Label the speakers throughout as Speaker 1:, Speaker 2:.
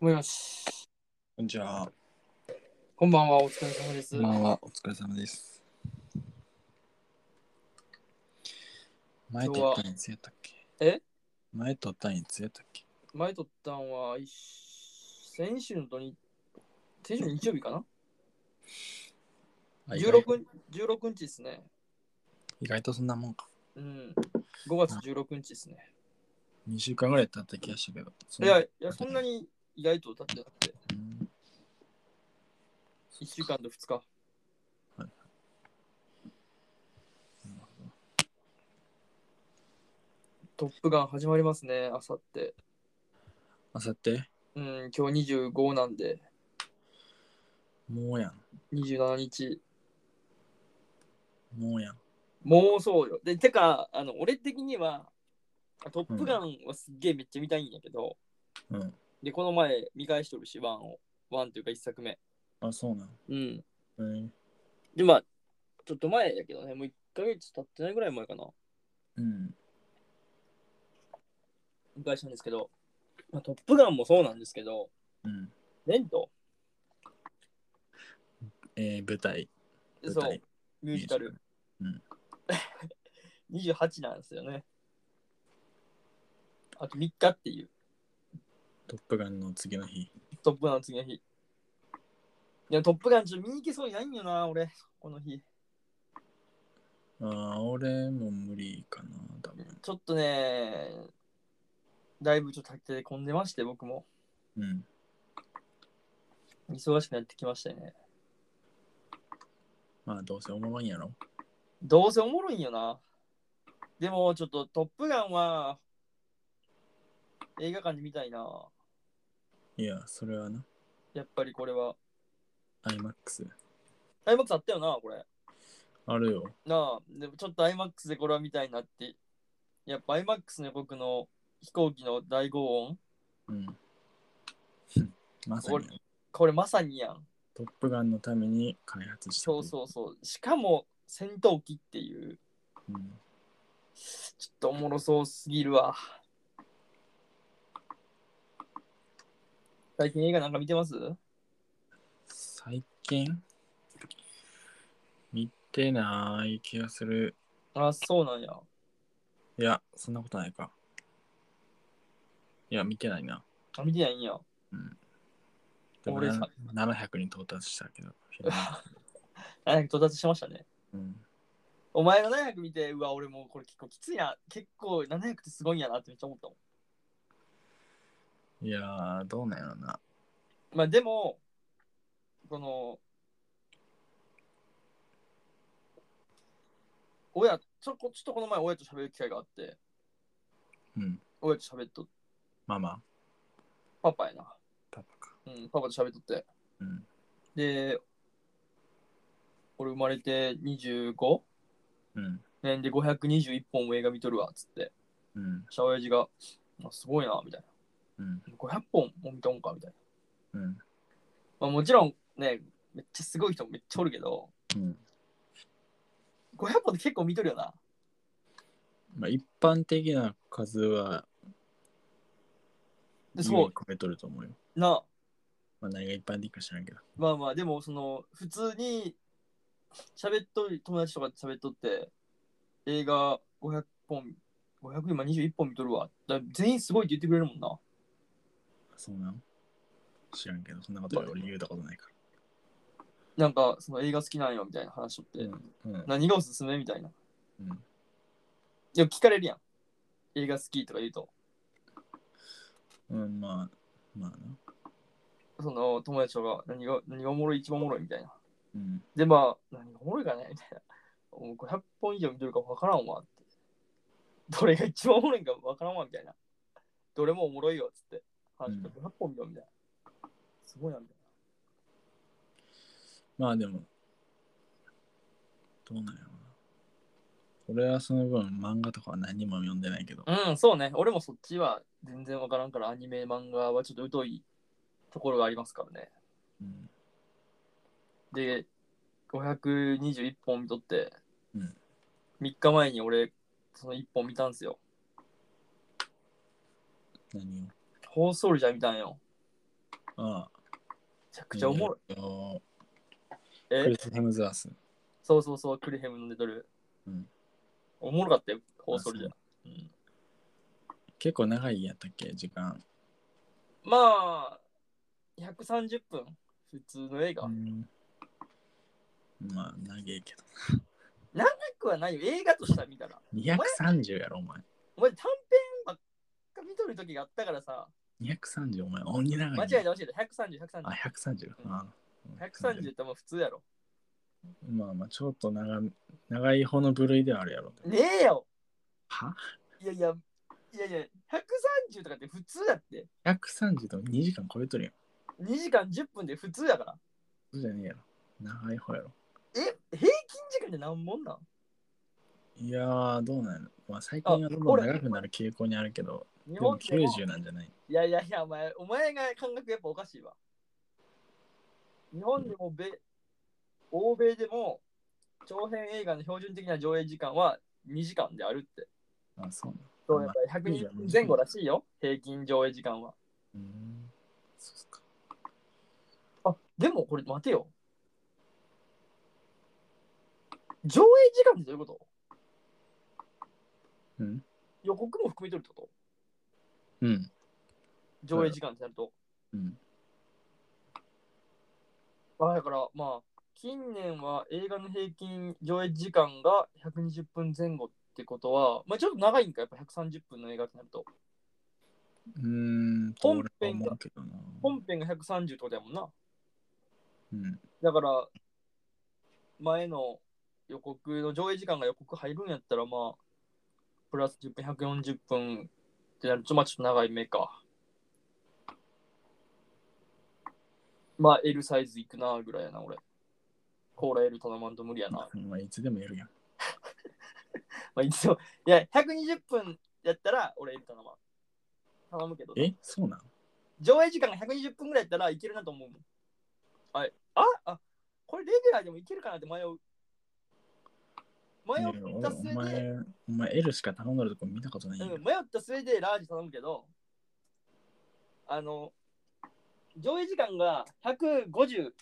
Speaker 1: 思います。
Speaker 2: こんにちは。
Speaker 1: こんばんは、お疲れ様です。
Speaker 2: こんばんは。お疲れ様です。前撮ったんいつやったっけ
Speaker 1: え
Speaker 2: 前撮ったんいつやったっけ
Speaker 1: 前撮ったんは、いし先週の土日、先週の日曜日かな
Speaker 2: あ意外
Speaker 1: ?16 16日ですね。
Speaker 2: 意外とそんなもんか。
Speaker 1: うん。5月16日ですね。
Speaker 2: 2週間ぐらい経った気がしたけど。そ
Speaker 1: い
Speaker 2: んな
Speaker 1: や、いや、そんなに意外と経ってなくて、
Speaker 2: うん
Speaker 1: 1週間と2日。トップガン始まりますね、あさって。
Speaker 2: あさって
Speaker 1: うん、今日25なんで、
Speaker 2: もうやん。
Speaker 1: 27日。
Speaker 2: もうやん。
Speaker 1: もうそうよ。で、てか、あの俺的には、トップガンはすっげえめっちゃ見たいんやけど、
Speaker 2: うん。
Speaker 1: で、この前見返しとるし、ワンを。ワンというか一作目。
Speaker 2: あ、そうなん。
Speaker 1: うん。
Speaker 2: うん。
Speaker 1: で、まあ、ちょっと前やけどね、もう1ヶ月経ってないぐらい前かな。
Speaker 2: うん。
Speaker 1: 見返したんですけど、まあ、トップガンもそうなんですけど、
Speaker 2: うん。
Speaker 1: レント、
Speaker 2: えー、舞台。舞
Speaker 1: そう
Speaker 2: 台。、
Speaker 1: ミュージカル。
Speaker 2: うん
Speaker 1: 28なんですよね。あと3日っていう、
Speaker 2: トップガンの次の日。
Speaker 1: トップガンの次の日。でもトップガンちょっと見に行けそうにないんよな、俺、この日。
Speaker 2: あー俺も無理かな、多分。
Speaker 1: ちょっとね、だいぶちょっと立て込んでまして、僕も。
Speaker 2: うん。
Speaker 1: 忙しくなってきましたよね。
Speaker 2: まあ、どうせおもろいんやろ。
Speaker 1: どうせおもろいんよな。でも、ちょっとトップガンは映画館で見たいな。
Speaker 2: いや、それはな。
Speaker 1: やっぱりこれは。
Speaker 2: IMAX。
Speaker 1: IMAX あったよな、これ。
Speaker 2: あるよ。
Speaker 1: なあ、でもちょっと IMAX でこれは見たいなって。やっぱ IMAX の僕の飛行機の大轟音。
Speaker 2: うん。まさに、
Speaker 1: これまさにやん。
Speaker 2: トップガンのために開発した
Speaker 1: そうそうそう。しかも戦闘機っていう、
Speaker 2: うん。
Speaker 1: ちょっとおもろそうすぎるわ。最近映画なんか見てます
Speaker 2: 最近見てない気がする。
Speaker 1: あ、そうなんや。
Speaker 2: いや、そんなことないか。いや、見てないな。
Speaker 1: あ、見てないんや。
Speaker 2: でも
Speaker 1: 俺さ
Speaker 2: な700に到達した けど。
Speaker 1: 700到達しましたね。
Speaker 2: うん、
Speaker 1: お前の700見て、うわ、俺もうこれ結構きついな。結構700ってすごいんやなってめっちゃ思ったも
Speaker 2: いやー、どうなんやろな。
Speaker 1: ん。まあでも、この、親、ちょこちょっとこの前親と喋る機会があって、
Speaker 2: うん。
Speaker 1: 親と喋っと、
Speaker 2: ママ、
Speaker 1: パパやな。
Speaker 2: パパか。
Speaker 1: うん、パパと喋っとって。
Speaker 2: うん。
Speaker 1: で、俺生まれて 25?
Speaker 2: うん。
Speaker 1: 年で521本も映画見とるわ、つって。
Speaker 2: うん。
Speaker 1: シャオヤジが、あすごいな、みたいな。
Speaker 2: うん。
Speaker 1: 500本も見たもんかみたいな。
Speaker 2: うん。
Speaker 1: まあ、もちろんね、めっちゃすごい人もめっちゃおるけど、
Speaker 2: うん。
Speaker 1: 500本って結構見とるよな。
Speaker 2: まあ、一般的な数は、
Speaker 1: でそ
Speaker 2: を超えとると思うよ。
Speaker 1: う、な、
Speaker 2: まあ、何が一般的か知らんけど。
Speaker 1: まあまあ、でもその、普通に喋っとる友達とかと喋っとって、映画500本、500今21本見とるわ。だ全員すごいって言ってくれるもんな。
Speaker 2: そうなん知らんけど、そんなことは俺言うたことないか
Speaker 1: なんか、その映画好きなんよみたいな話しとって、
Speaker 2: ら。うん。うん。
Speaker 1: 何がおすすめみたいな。
Speaker 2: うん、
Speaker 1: でも聞かれるやん。映画好きとか言うと、
Speaker 2: うん、まあ、まあな。
Speaker 1: その友達とか何が何がおもろい、一番おもろいみたいな。
Speaker 2: うん。
Speaker 1: で、まあ、何がおもろいかねみたいな。もう500本以上見とるか分からんわって。どれが一番おもろいんか分からんわみたいな。どれもおもろいよっつって。話して500本見ようみたいな。すごいなみたい
Speaker 2: まあでも、どうなんやろうな。俺はその分、漫画とかは何も読んでないけど。
Speaker 1: な。うん、そうね。俺もそっちは全然分からんから、アニメ、漫画はちょっと疎いところがありますからね。
Speaker 2: うん。
Speaker 1: で、521本見とって、
Speaker 2: うん
Speaker 1: 3日前に俺、その1本見たんすよ。
Speaker 2: 何を
Speaker 1: ホーソルジャー見たんよ。
Speaker 2: ああ。
Speaker 1: めちゃくちゃおもろい。
Speaker 2: いいよ。
Speaker 1: え
Speaker 2: クリス・ヘムズワース。
Speaker 1: そうそうそう、クリヘムの出とる。
Speaker 2: うん
Speaker 1: おもろかったよ、放送日じゃ。うん
Speaker 2: 結構長いやったっけ時間。
Speaker 1: まあ、130分、普通の映画。
Speaker 2: う、
Speaker 1: なん
Speaker 2: まあ、長いけど。
Speaker 1: くはないよ、映画としたら見たら。
Speaker 2: 230やろ、お前。
Speaker 1: お前、短編ばっか見とる時があったからさ、
Speaker 2: 230、お前。鬼長いね。
Speaker 1: 間違えた間違えた、130、
Speaker 2: あ、
Speaker 1: 130。
Speaker 2: 130。
Speaker 1: うん
Speaker 2: あ
Speaker 1: 130ってもう普通やろ。
Speaker 2: まあまあ、ちょっと長い長い方の部類ではあるやろ。
Speaker 1: ねえよ
Speaker 2: はい
Speaker 1: やいや、いやいや、130とかって普通だって。
Speaker 2: ?130 と2時間超えとるやん。
Speaker 1: 2時間10分で普通やから。
Speaker 2: そうじゃねえやろ。長い方やろ。
Speaker 1: え、平均時間って何もんなん
Speaker 2: いやー、どうなのまあ、最近はどんどん長くなる傾向にあるけど、
Speaker 1: 日
Speaker 2: でも
Speaker 1: 本でも
Speaker 2: 90なんじゃない
Speaker 1: いやいやいや、お前、お前が感覚やっぱおかしいわ。日本でも米、欧米でも、長編映画の標準的な上映時間は2時間であるって。
Speaker 2: あ、そうなの
Speaker 1: そう、やっぱり100人前後らしいよ、平均上映時間は。
Speaker 2: うーん。そうっすか。
Speaker 1: あ、でもこれ待てよ。上映時間ってどういうこと
Speaker 2: うん。
Speaker 1: 予告も含めとるってこと
Speaker 2: うん。
Speaker 1: 上映時間ってなると。
Speaker 2: うん。
Speaker 1: あだからまあ近年は映画の平均上映時間が120分前後ってことは、まあ、ちょっと長いんかやっぱ130分の映画ってなると
Speaker 2: うーん。と
Speaker 1: 本
Speaker 2: 俺は
Speaker 1: 編が
Speaker 2: 思うけどな。
Speaker 1: 本編が130ってことやもんな
Speaker 2: うん。
Speaker 1: だから前の予告の上映時間が予告入るんやったらまあプラス10分140分ってなるとまあちょっと長い目かまあ L サイズいくなぐらいやな俺コーラ L 頼まんと無理やな
Speaker 2: まあ、いつでもやるやん。
Speaker 1: まあ、一応、いや、120分やったら俺いる頼まん。頼むけど、
Speaker 2: え、そうなの
Speaker 1: 上映時間が120分ぐらいやったらいけるなと思うもん。はい。あ、あ、これレギュラーでもいけるかなって迷う。迷
Speaker 2: いや
Speaker 1: った
Speaker 2: お
Speaker 1: 末で、
Speaker 2: 前、お前、L しか頼んだとこ見たことないやん
Speaker 1: うん、迷った末でラージ頼むけど、あの、上映時間が150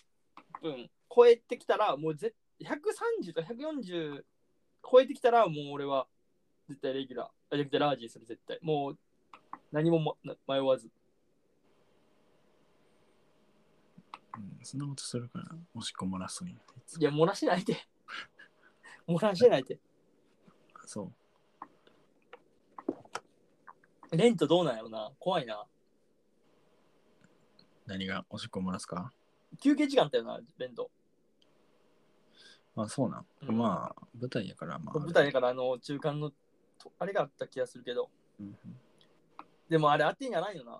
Speaker 1: 分超えてきたら、もうぜ130とか140超えてきたら、もう俺は絶対レギュラー、あじゃなくてラージにする絶対。もう何も、ま、迷わず。
Speaker 2: うんそんなことするから、おしっこ漏らすんや。いつ
Speaker 1: いや、漏らしないで。 漏らしないで。
Speaker 2: そう。
Speaker 1: レントどうなんやろな怖いな。
Speaker 2: 何がおしっこ漏らすか
Speaker 1: 休憩時間だよな、レント。
Speaker 2: まあ、そうなん。
Speaker 1: うん
Speaker 2: まあ、舞台やから、まあ。
Speaker 1: 舞台だから、あの、中間のと、あれがあった気がするけど。
Speaker 2: うん
Speaker 1: でもあれ当てにならんよな。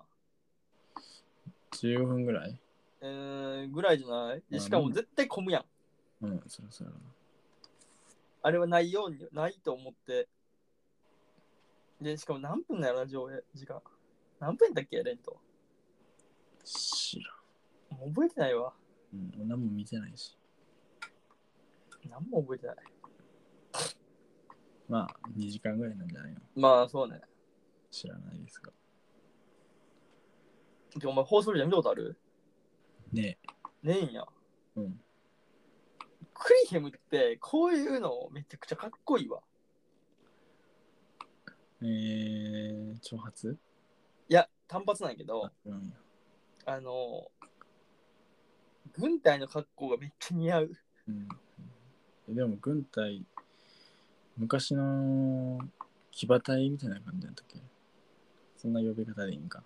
Speaker 2: 15分ぐらい
Speaker 1: えー、ぐらいじゃないで
Speaker 2: まあ
Speaker 1: しか
Speaker 2: な
Speaker 1: も
Speaker 2: ん
Speaker 1: 絶対混むやん。
Speaker 2: うん、そりゃそうやろな。
Speaker 1: あれはないように、ないと思って。で、しかも何分だよな、上映時間。何分だっけ、レント。
Speaker 2: 知ら
Speaker 1: もう覚えてないわ。
Speaker 2: ん。うん、俺何も見てないし。
Speaker 1: 何も覚えてない。
Speaker 2: まあ、2時間ぐらいなんじゃないの
Speaker 1: まあ、そうね。
Speaker 2: 知らないですが。
Speaker 1: でお前、放送日で見たことある
Speaker 2: ね
Speaker 1: ねえんや。
Speaker 2: え。うん。
Speaker 1: クリヘムって、こういうのめちゃくちゃかっこいいわ。
Speaker 2: えー、挑発
Speaker 1: いや、単発なんやけ
Speaker 2: あ
Speaker 1: ど、、
Speaker 2: うん。
Speaker 1: あの、軍隊の格好がめっちゃ似合う。
Speaker 2: うん、えでも、軍隊、昔の騎馬隊みたいな感じだったっけそんな呼び方でいいんか。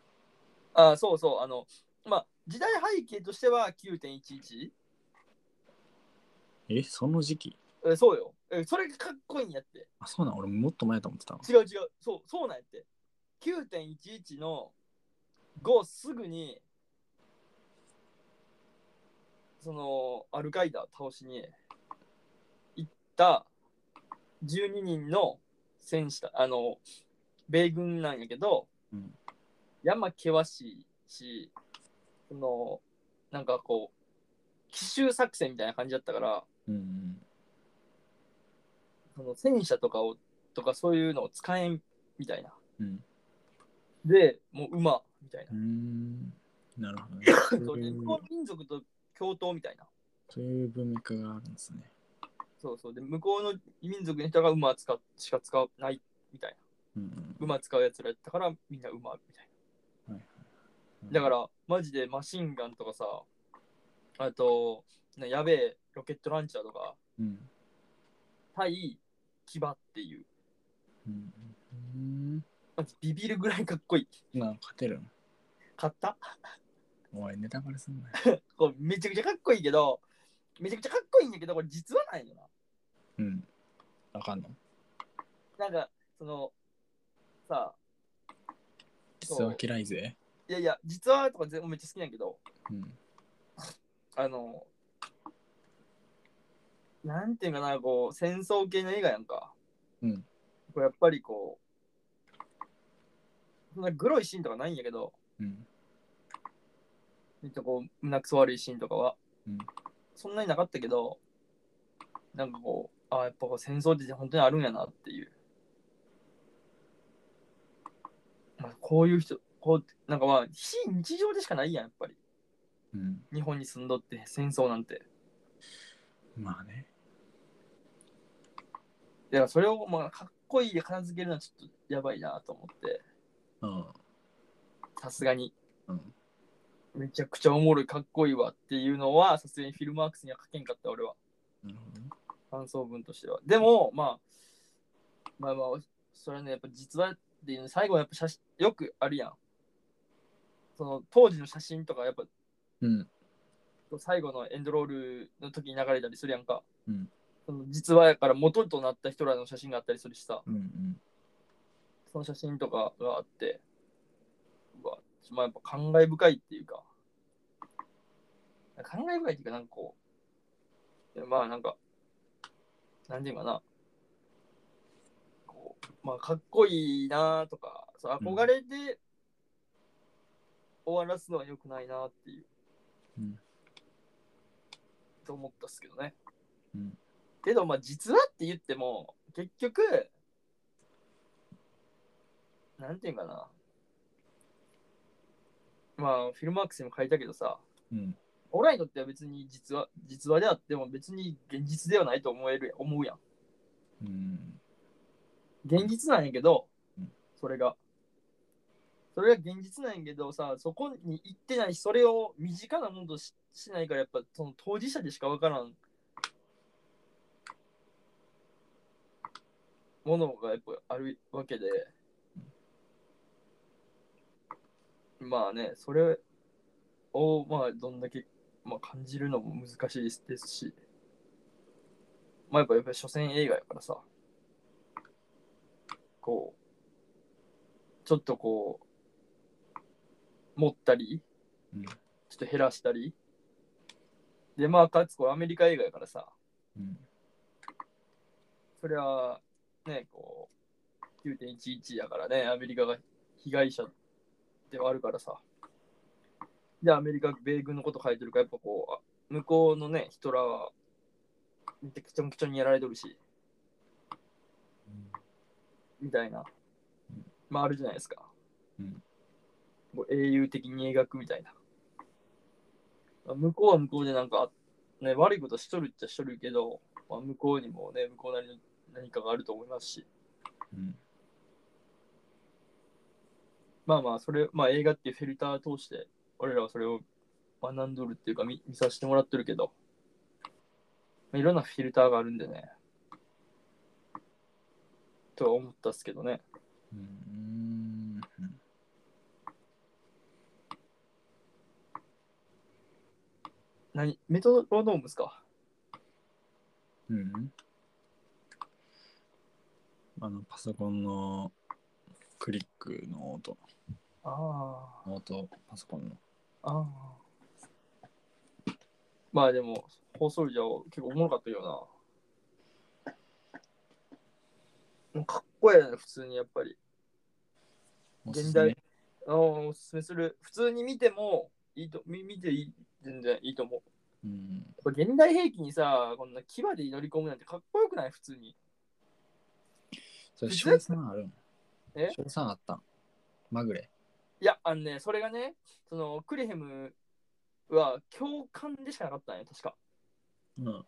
Speaker 1: あ、そうそう、あの、まあ、時代背景としては9.11。
Speaker 2: え、その時期
Speaker 1: えそうよえそれがかっこいいんやって
Speaker 2: あ、そうなん、俺もっと前やと思ってたわ。
Speaker 1: 違う違うそうそうなんやって9.11の後すぐにそのアルカイダ倒しに行った12人の戦士たあの米軍なんやけど、
Speaker 2: うん
Speaker 1: 山険しいしそのなんかこう奇襲作戦みたいな感じだったから
Speaker 2: うんうん。
Speaker 1: その戦車とかをとかそういうのを使えんみたいな。
Speaker 2: うん
Speaker 1: で、もう馬みたいうな。
Speaker 2: ーん。なるほど、ね。
Speaker 1: そ
Speaker 2: そううい
Speaker 1: 連
Speaker 2: う
Speaker 1: 合民族と共闘みたいな。
Speaker 2: そういう文化があるんですね。
Speaker 1: そうそう。で、向こうの民族の人が馬使っしか使わないみたいな。
Speaker 2: うん
Speaker 1: 馬使うやつらやったからみんな馬みたい
Speaker 2: うん、
Speaker 1: な。だから、マジでマシンガンとかさ、あと、なやべえロケットランチャーとか、
Speaker 2: うん、
Speaker 1: 対騎馬っていう。
Speaker 2: うんうん。
Speaker 1: まずビビるぐらいかっこいい。
Speaker 2: まあ、勝てるの。
Speaker 1: 買った
Speaker 2: お前、ネタバレすんなよ。
Speaker 1: これめちゃくちゃかっこいいけど、めちゃくちゃかっこいいんだけど、これ実はないよな。
Speaker 2: うん。あかんの
Speaker 1: なんか、その、さあ、
Speaker 2: 実は嫌いぜ。
Speaker 1: いやいや、実はとか全部めっちゃ好きなんやけど、
Speaker 2: うん。
Speaker 1: あの、なんていうかな、こう、戦争系の映画やんか。
Speaker 2: うん。
Speaker 1: こうやっぱりこう、そんなグロいシーンとかないんやけど、
Speaker 2: うん。
Speaker 1: めっちゃこう、胸くそ悪いシーンとかは、
Speaker 2: うん
Speaker 1: そんなになかったけど、なんかこう、ああ、やっぱこう戦争って本当にあるんやなっていう。まあ、こういう人、こう、なんかまあ、非日常でしかないやん、やっぱり。
Speaker 2: うん。
Speaker 1: 日本に住んどって戦争なんて。
Speaker 2: まあね。
Speaker 1: だからそれをまあかっこいいで片付けるのはちょっとやばいなと思って、
Speaker 2: あ
Speaker 1: さすがに。
Speaker 2: うん
Speaker 1: めちゃくちゃおもろい、かっこいいわっていうのは、さすがにフィルマークスには書けんかった、俺は。
Speaker 2: あ。なるほどね。
Speaker 1: 感想文としては。でも、まあ、まあまあ、それはね、やっぱ実話っていうの、最後はやっぱ写真、よくあるやん。その当時の写真とか、やっぱ
Speaker 2: うん。
Speaker 1: 最後のエンドロールの時に流れたりするやんか。
Speaker 2: うん
Speaker 1: その実話やから元となった人らの写真があったりするしさ。
Speaker 2: うんうん。
Speaker 1: その写真とかがあって、うわ、まあ、やっぱ感慨深いっていうか、感慨深いっていうか、なんかこう、いやまあなんか、なんていうかな、こう、まあかっこいいなとか、そう
Speaker 2: うん
Speaker 1: 憧れで終わらすのは良くないなっていう、
Speaker 2: うん
Speaker 1: と思ったっすけどね。
Speaker 2: うん
Speaker 1: けど、まあ実はって言っても、結局、なんていうんかな。まあ、フィルマークスにも書いたけどさ、
Speaker 2: うん。
Speaker 1: 俺らにとっては別に実話実話であっても別に現実ではないと思えるや思うやん。
Speaker 2: うん。
Speaker 1: 現実なんやけど
Speaker 2: うん、
Speaker 1: それが。それが現実なんやけどさ、そこに行ってないし、それを身近なものとししないから、やっぱその当事者でしかわからんものがやっぱあるわけで、まあね、それをまあどんだけ、まあ、感じるのも難しいですし、まあやっぱやっぱ所詮映画やからさ、こう、ちょっとこう、持ったり、
Speaker 2: うん
Speaker 1: ちょっと減らしたり。で、まあ、かつ、これアメリカ映画やからさ、
Speaker 2: うん。
Speaker 1: それは、ね、こう、9.11やからね、アメリカが被害者ではあるからさ。で、アメリカ、米軍のこと書いてるから、やっぱこうあ、向こうのね、人らは、めちゃくちゃむちゃにやられとるし、みたいな、まああるじゃないですか。
Speaker 2: うん
Speaker 1: こう英雄的に描くみたいな。まあ向こうは向こうでなんか、ね、悪いことしとるっちゃしとるけど、まあ、向こうにもね、向こうなりの何かがあると思いますし、
Speaker 2: うん。
Speaker 1: まあまあ、それ、まあ映画っていうフィルターを通して、俺らはそれを学んどるっていうか見、見させてもらってるけど、まあ、いろんなフィルターがあるんでね、とは思ったっすけどね。
Speaker 2: うん。
Speaker 1: 何メトロノームですか
Speaker 2: うん。あの、パソコンのクリックの音、
Speaker 1: あ
Speaker 2: 音、パソコンの。
Speaker 1: あ、ああ。まあでも、放送じゃ結構おもろかったよな。かっこええね、普通にやっぱり。
Speaker 2: おす
Speaker 1: 現
Speaker 2: すめ
Speaker 1: 代。あのおすすめする。普通に見てもいいと、み見ていい、全然いいと思う。
Speaker 2: うん。
Speaker 1: やっぱ現代兵器にさ、こんな牙で乗り込むなんてかっこよくない普通に。
Speaker 2: それ、賞賛あるん
Speaker 1: え
Speaker 2: 賞賛あったんまぐれ。
Speaker 1: いや、あのね、それがね、そのクレヘムは教官でしかなかったんよ、確か。
Speaker 2: うん。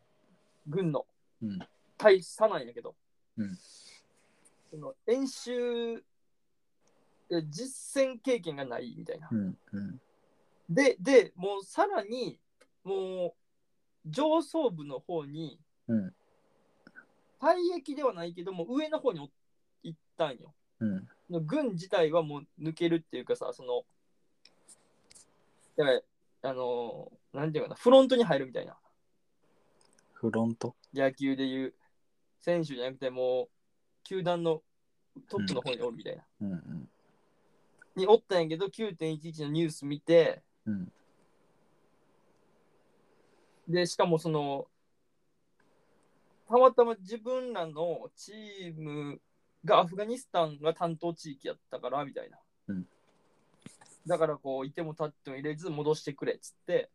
Speaker 1: 軍の
Speaker 2: うん
Speaker 1: 大差なんやけど、
Speaker 2: うん
Speaker 1: その演習え実践経験がないみたいな、
Speaker 2: うん。うん。
Speaker 1: ででもうさらにもう上層部の方に
Speaker 2: うん
Speaker 1: 退役ではないけども上の方にお行ったんよ
Speaker 2: うん。
Speaker 1: の軍自体はもう抜けるっていうかさそのだからあのーなんていうかなフロントに入るみたいな
Speaker 2: フロント
Speaker 1: 野球でいう選手じゃなくてもう球団のトップの方におるみたいな、
Speaker 2: うんうん。
Speaker 1: におったんやけど9.11のニュース見て
Speaker 2: うん。
Speaker 1: でしかもそのたまたま自分らのチームがアフガニスタンが担当地域やったからみたいな、
Speaker 2: うん
Speaker 1: だからこういても立っても入れず戻してくれっつって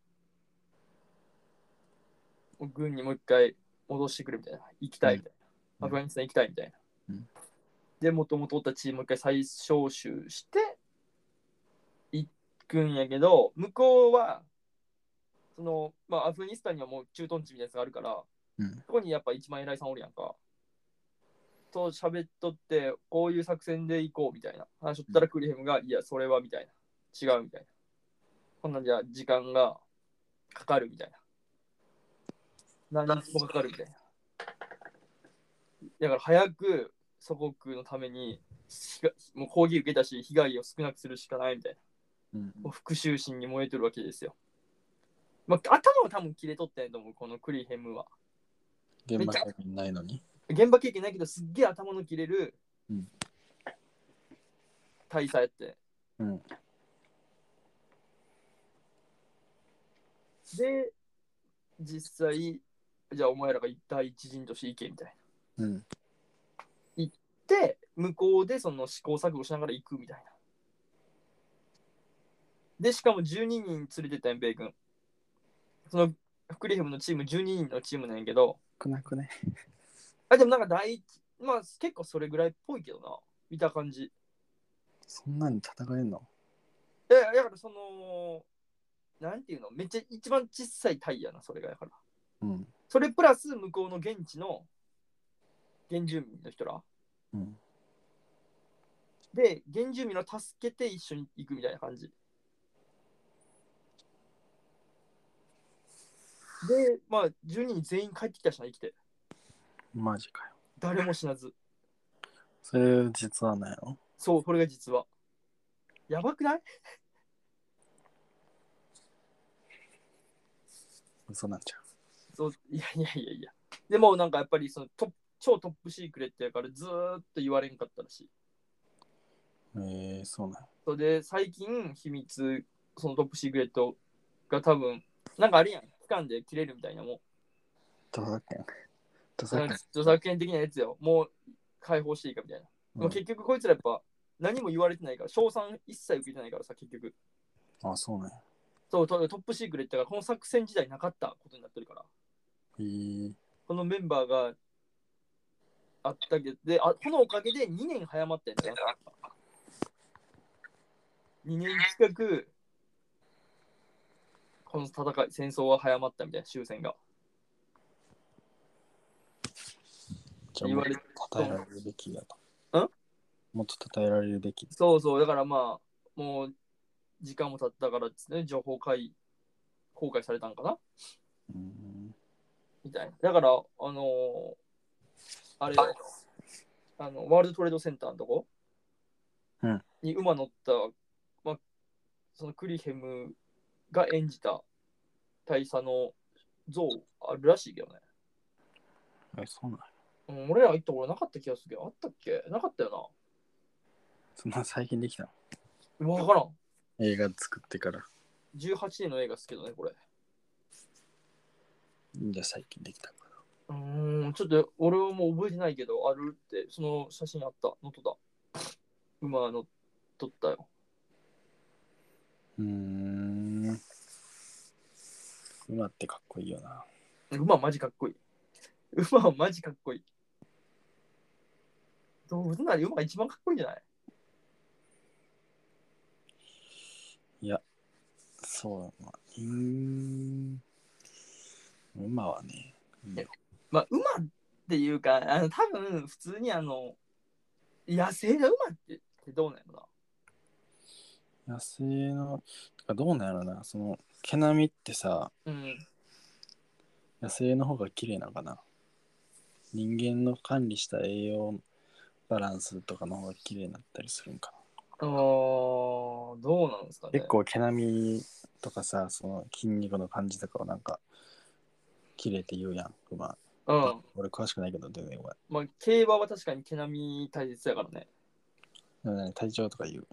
Speaker 1: もう軍にもう一回戻してくれみたいな行きたいみたいな、
Speaker 2: うん
Speaker 1: アフガニスタン行きたいみたいな、
Speaker 2: うん
Speaker 1: でもともとおったチームもう一回再招集して行くんやけど向こうはその、まあ、アフガニスタンにはもう駐屯地みたいなやつがあるから、
Speaker 2: うん
Speaker 1: そこにやっぱ一番偉いさんおるやんか。と喋っとって、こういう作戦で行こうみたいな話しとったらクリヘムが、いや、それはみたいな。違うみたいな。こんなんじゃ時間がかかるみたいな。何日もかかるみたいな。だから早く祖国のためにしがもう抗議受けたし、被害を少なくするしかないみたいな。
Speaker 2: うん。
Speaker 1: もう復讐心に燃えてるわけですよ。まあ、頭は多分切れとったんやと思う、このクリヘムは。
Speaker 2: 現場経験ないのに。
Speaker 1: 現場経験ないけど、すっげえ頭の切れる
Speaker 2: うん
Speaker 1: 大佐やって。
Speaker 2: うん
Speaker 1: で、実際、じゃあお前らが一体一人として行けみたいな。
Speaker 2: うん。
Speaker 1: で、向こうでその試行錯誤しながら行くみたいな。で、しかも12人連れてったんや米軍。そのクリヘムのチーム12人のチームなんやけど、
Speaker 2: 少なくね。
Speaker 1: あ、でもなんか第一、まあ結構それぐらいっぽいけどな、見た感じ。
Speaker 2: そんなに戦えんの
Speaker 1: いや、だからその、なんていうの、めっちゃ一番小さいタイヤな、それがやから。
Speaker 2: うん。
Speaker 1: それプラス向こうの現地の原住民の人ら。
Speaker 2: うん。
Speaker 1: で、原住民を助けて一緒に行くみたいな感じ。で、まあ、12人全員帰ってきたしな、生きて。
Speaker 2: マジかよ。
Speaker 1: 誰も死なず。
Speaker 2: それ実はないの
Speaker 1: そう、これが実は。やばくない
Speaker 2: 嘘なんちゃ
Speaker 1: そういやいやいやいや。でも、なんかやっぱりそのトップ超トップシークレットやからずーっと言われんかったらしい。
Speaker 2: う。ええー、そうな
Speaker 1: それで、最近、秘密、そのトップシークレットが多分、なんかあれやん、期間で切れるみたいなもん。
Speaker 2: 著作権。著
Speaker 1: その
Speaker 2: 作権。
Speaker 1: 著作権的なやつよ。もう解放していいかみたいな。まあ、結局こいつらやっぱ何も言われてないから、賞賛一切受けてないからさ、結局。
Speaker 2: うんあ、そうね。
Speaker 1: そう、トトップシークレットがこの作戦自体なかったことになってるから。
Speaker 2: ええー。
Speaker 1: このメンバーがあったけど、であこのおかげで2年早まったんだよ。2年近く、この戦い、戦争は早まったみたいな、終戦が。
Speaker 2: じゃあ
Speaker 1: 言
Speaker 2: も
Speaker 1: わ
Speaker 2: っ
Speaker 1: れ
Speaker 2: と称えられるべきだと。
Speaker 1: ん
Speaker 2: もっと称えられるべき。
Speaker 1: そうそう、だからまあ、もう時間も経ったからですね、情報解、公開されたんかな
Speaker 2: うん。
Speaker 1: みたいな。だから、あのーあれよあの、ワールドトレードセンターのとこ、
Speaker 2: うん
Speaker 1: に馬乗った、まあ、そのクリヘムが演じた大佐の像あるらしいけどね。
Speaker 2: え、そうなん
Speaker 1: うん、俺ら行ったことなかった気がするけど、あったっけなかったよ
Speaker 2: そんな最近できたの
Speaker 1: な。わからん。
Speaker 2: 映画作ってから。
Speaker 1: 18年の映画ですけどね、これ。
Speaker 2: じゃあ最近できたのか
Speaker 1: うーん、ちょっと俺はもう覚えてないけど、あるって、その写真あった、乗っとった。馬乗っとったよ。
Speaker 2: な。うーん。馬ってかっこいいよな。
Speaker 1: 馬マジかっこいい。馬はマジかっこいい。動物なら馬が一番かっこいいんじゃない
Speaker 2: そうだな。うーん。馬はね。うん
Speaker 1: まあ、馬っていうか、あの多分普通にあの野生の馬ってってどうなんやろな。
Speaker 2: 野生の、てかどうなんやろな。その、毛並みってさ、
Speaker 1: うん、
Speaker 2: 野生の方が綺麗なのかな。人間の管理した栄養バランスとかの方が綺麗になったりするんかな。
Speaker 1: あーどうなんですかね。
Speaker 2: 結構毛並みとかさその筋肉の感じとかをなんか綺麗って言うやん馬、
Speaker 1: うん、
Speaker 2: 俺詳しくないけど全然ご
Speaker 1: まあ、競馬は確かに毛並み大切やからね。
Speaker 2: めんでもね体調とか言う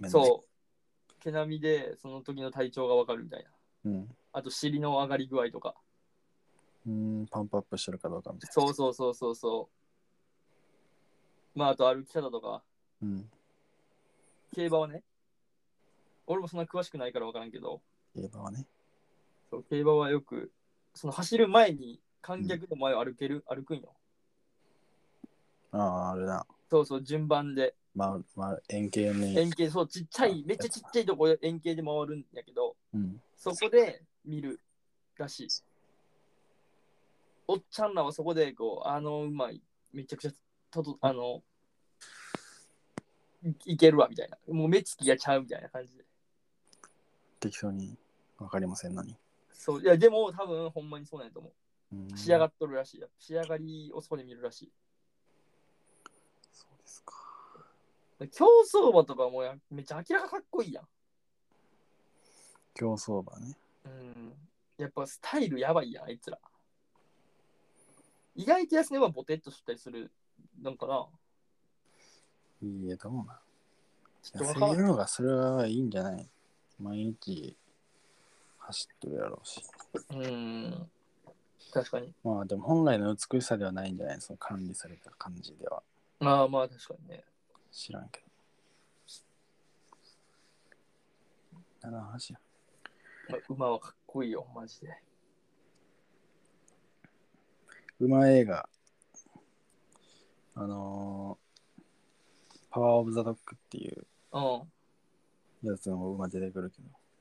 Speaker 2: 面倒
Speaker 1: そう。毛並みでその時の体調がわかるみたいな。
Speaker 2: うん
Speaker 1: あと尻の上がり具合とか。
Speaker 2: うーんパンプアップしてるかどうかみたいな
Speaker 1: そうそうそうそうそう。まああと歩き方とか。
Speaker 2: う、ん、
Speaker 1: 競馬はね。俺もそんな詳しくないからわからんけど、
Speaker 2: 競馬はね
Speaker 1: そう競馬はよく、その走る前に観客の前を歩ける、歩くんよ。
Speaker 2: あああれだ
Speaker 1: そうそう、順番で。
Speaker 2: まあまあ円形に
Speaker 1: 円形、そう、ちっちゃい、めっちゃちっちゃいとこ円形で回るんやけど、
Speaker 2: うん
Speaker 1: そこで見るらしい。おっちゃんらはそこでこう、あのうまい、めちゃくちゃとと、あの、いいけるわみたいな。もう目つきがちゃうみたいな感じで。
Speaker 2: 適当に分かりません何
Speaker 1: そう、いや、でも多分ほんまにそうなんやと思
Speaker 2: うん
Speaker 1: う。仕上がっとるらしい。仕上がりをそこで見るらし
Speaker 2: そうですか
Speaker 1: い。競走馬とかもやめっちゃ明らかかっこいいやん。
Speaker 2: 競走馬ね
Speaker 1: うん。やっぱスタイルやばいやん、あいつら。意外と安値はボテッとしたりするなんかな。
Speaker 2: いいえどうな
Speaker 1: ちょっとわか
Speaker 2: 野
Speaker 1: ら
Speaker 2: 生
Speaker 1: ん。
Speaker 2: の方がそれはいいんじゃない毎日走ってるやろうし
Speaker 1: うん。確かに。
Speaker 2: まあでも本来の美しさではないんじゃないその管理された感じでは
Speaker 1: まあまあ確かにね。
Speaker 2: 知らんけど。7話や。
Speaker 1: まあ馬はかっこいいよ、マジで。
Speaker 2: 馬映画。あのーパワーオブザドッグっていう
Speaker 1: う
Speaker 2: やつの馬出てくるけ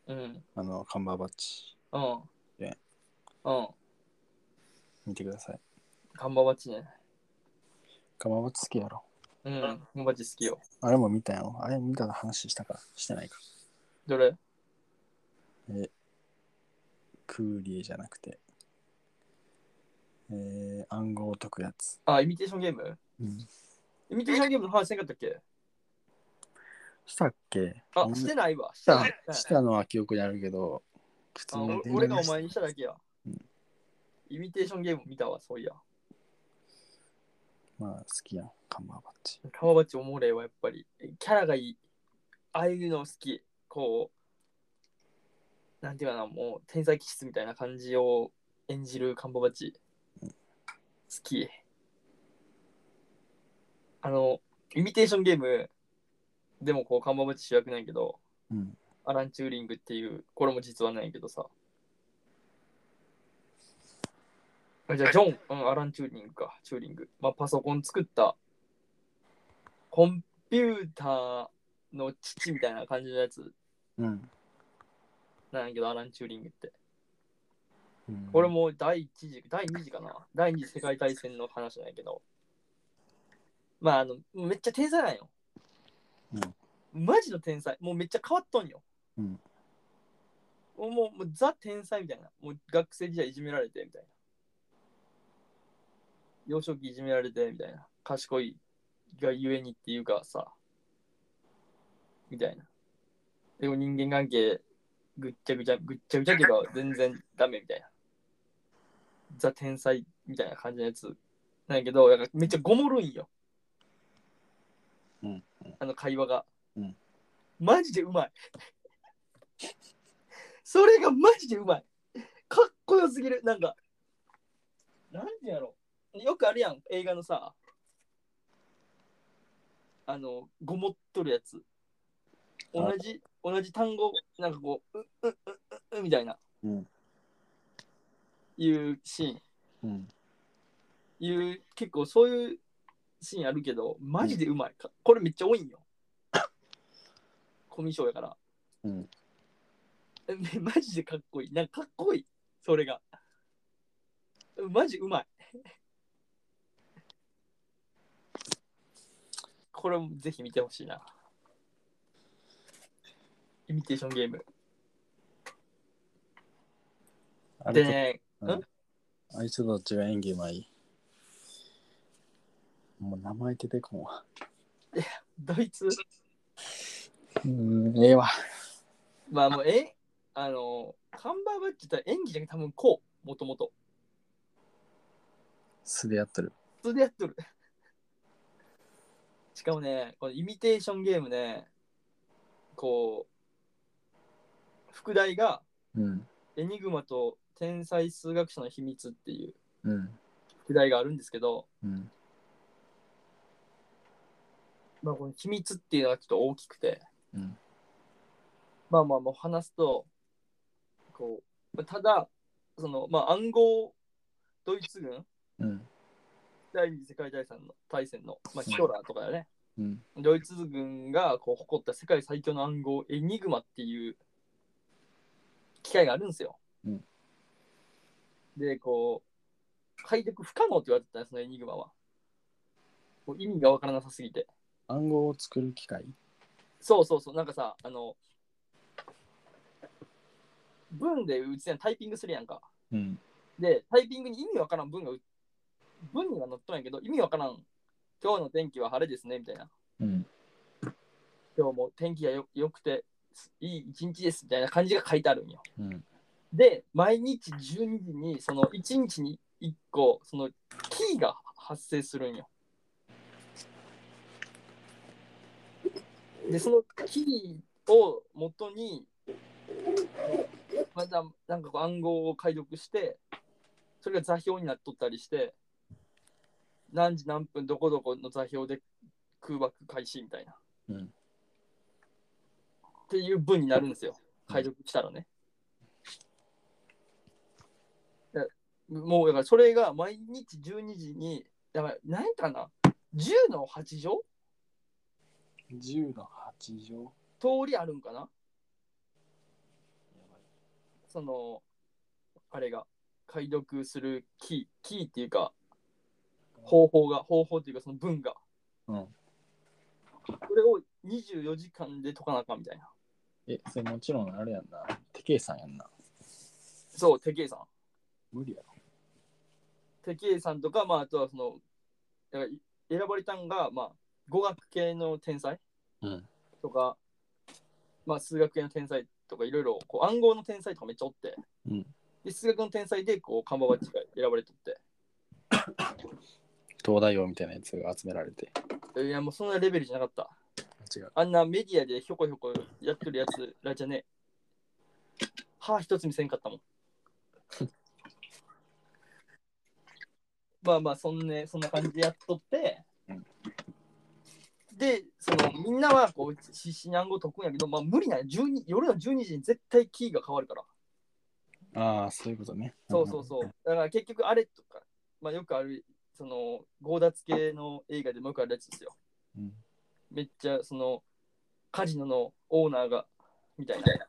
Speaker 2: ど、
Speaker 1: ん。うん。
Speaker 2: あの、カンバーバッチ
Speaker 1: うん。
Speaker 2: ね
Speaker 1: うん。
Speaker 2: 見てください。
Speaker 1: 看板バッチね。
Speaker 2: カンバーバッチ好きやろ。
Speaker 1: うん。看板バッチ好きよ。
Speaker 2: あれも見たよ。あれ見た話したかしてないか。
Speaker 1: どれ
Speaker 2: クーリエじゃなくて、えー、暗号を解くやつ。
Speaker 1: あ、イミテーションゲーム
Speaker 2: うん、
Speaker 1: イミテーションゲームの話せんかったっけ
Speaker 2: したっけ
Speaker 1: あ、してないわ。し
Speaker 2: して
Speaker 1: ない。
Speaker 2: たしたのは記憶にあるけど、普通
Speaker 1: あお
Speaker 2: に電話
Speaker 1: 俺がお
Speaker 2: です
Speaker 1: 前にしただけや
Speaker 2: うん。
Speaker 1: イミテーションゲーム見たわ、そういや。
Speaker 2: まあ好きやん、カンバーバッチ。
Speaker 1: カマバッチおもれはやっぱり。キャラがいい。ああいうの好き。こう、なんていうかな、もう天才気質みたいな感じを演じるカンババッチ。好き。あの、イミテーションゲームでもこうカンババッチ主役なんやけど、
Speaker 2: うん。
Speaker 1: アラン・チューリングっていう、これも実はないけどさ。あじゃあ、ジョン、うん、アラン・チューリングか、チューリング。まあ、パソコン作った、コンピューターの父みたいな感じのやつ
Speaker 2: うん。
Speaker 1: なんやけど、アラン・チューリングって。
Speaker 2: うん、
Speaker 1: これも第一次、第二次かな。第二次世界大戦の話なんやけど。まあ、あの、めっちゃ天才なんよ。マジの天才。もうめっちゃ変わっとんよ。
Speaker 2: うん
Speaker 1: もう、もう、もうザ天才みたいな。もう学生時代いじめられて、みたいな。幼少期いじめられて、みたいな。賢いがゆえにっていうかさ、みたいな。でも人間関係ぐっちゃぐちゃ、ぐっちゃぐちゃっていうか全然ダメみたいな。ザ天才みたいな感じのやつなんやけど、だからめっちゃごもるんよ。
Speaker 2: うん
Speaker 1: あの会話が。
Speaker 2: うん
Speaker 1: マジでうまい。 それがマジでうまい。かっこよすぎる。なんか、なんてやろよくあるやん、映画のさ、あの、ごもっとるやつ。同じ、同じ単語、なんかこう、う、う、う、う、う、みたいな、
Speaker 2: うん。
Speaker 1: いうシーン。
Speaker 2: うん。
Speaker 1: いう結構そういうシーンあるけどマジでうまい、かこれめっちゃ多いんよコミュ障やから、
Speaker 2: うん
Speaker 1: えマジでかっこいい。なんかかっこいい。それが。マジうまい。 これもぜひ見てほしいな。イミテーションゲーム。
Speaker 2: あ
Speaker 1: で
Speaker 2: れと
Speaker 1: ね、
Speaker 2: あいつと違う演技うまい。もう名前出てこんわ。
Speaker 1: ドイツ、
Speaker 2: うん、ええわ。
Speaker 1: まあもう、え、あの、カンバーバッチって演技じゃなくて多分こう、もともと。
Speaker 2: すでやっとる。
Speaker 1: 普通でやっとる。しかもね、このイミテーションゲームね、こう、副題が、
Speaker 2: うん、
Speaker 1: エニグマと天才数学者の秘密っていう
Speaker 2: うん、
Speaker 1: 副題があるんですけど、
Speaker 2: うん、
Speaker 1: まあ、この秘密っていうのはちょっと大きくて、
Speaker 2: うん
Speaker 1: まあまあもう話すとこうまあただそのまあ暗号ドイツ軍
Speaker 2: うん、
Speaker 1: 第二次世界大戦の大戦の、まあ、ヒトラーとかだね、
Speaker 2: うん、
Speaker 1: ドイツ軍がこう誇った世界最強の暗号エニグマっていう機械があるんですよ。
Speaker 2: うん
Speaker 1: でこう解読不可能って言われてたねそのエニグマは。もう意味がわからなさすぎて。
Speaker 2: 暗号を作る機械
Speaker 1: そうそうそうなんかさあの文でうちでタイピングするやんか。
Speaker 2: うん、
Speaker 1: でタイピングに意味わからん文がう文には載っとんやけど意味わからん今日の天気は晴れですねみたいな。
Speaker 2: うん、
Speaker 1: 今日も天気がよよくてすいい一日ですみたいな感じが書いてあるんよ。
Speaker 2: うん、
Speaker 1: で、毎日12時にその1日に1個そのキーが発生するんよ。で、そのキーを元にまたなんかこう暗号を解読してそれが座標になっとったりして何時何分どこどこの座標で空爆開始みたいな。
Speaker 2: うん
Speaker 1: っていう文になるんですよ。解読したらね。だもうだからそれが毎日12時に、だから何かな ?10 の8乗
Speaker 2: 10の8乗。
Speaker 1: 通りあるんかなその、あれが、解読するキー、キーっていうか、方法が、方法っていうかその文が。
Speaker 2: うん
Speaker 1: これを24時間で解かなあかんみたいな。
Speaker 2: え、それもちろんあれやんな。手計算やんな。
Speaker 1: そう、手計算。
Speaker 2: 無理やろ。
Speaker 1: 手計算とか、まあ、あとはその、だからい選ばれたんが、まあ、語学系の天才
Speaker 2: うん、
Speaker 1: とか、まあ、数学系の天才とか、いろいろこう暗号の天才とかめっちゃおって、
Speaker 2: うん
Speaker 1: で数学の天才でこうカンバーバッチが選ばれとって、
Speaker 2: 東大王みたいなやつが集められて。
Speaker 1: いや、もうそんなレベルじゃなかった。
Speaker 2: 違う。
Speaker 1: あんなメディアでひょこひょこやってるやつらじゃねえ。歯一つ見せんかったもん。 まあまあそん,、ね、そんな感じでやっとって
Speaker 2: うん。
Speaker 1: で、そのみんなはこう必死に暗号解くんやけど、まあ無理なんや。12夜の12時に絶対キーが変わるから。
Speaker 2: ああ、そういうことね。
Speaker 1: そうそうそう。だから結局あれとか、まあよくある、その強奪系の映画でもよくあるやつですよ。
Speaker 2: うん。
Speaker 1: めっちゃそのカジノのオーナーがみたい
Speaker 2: ある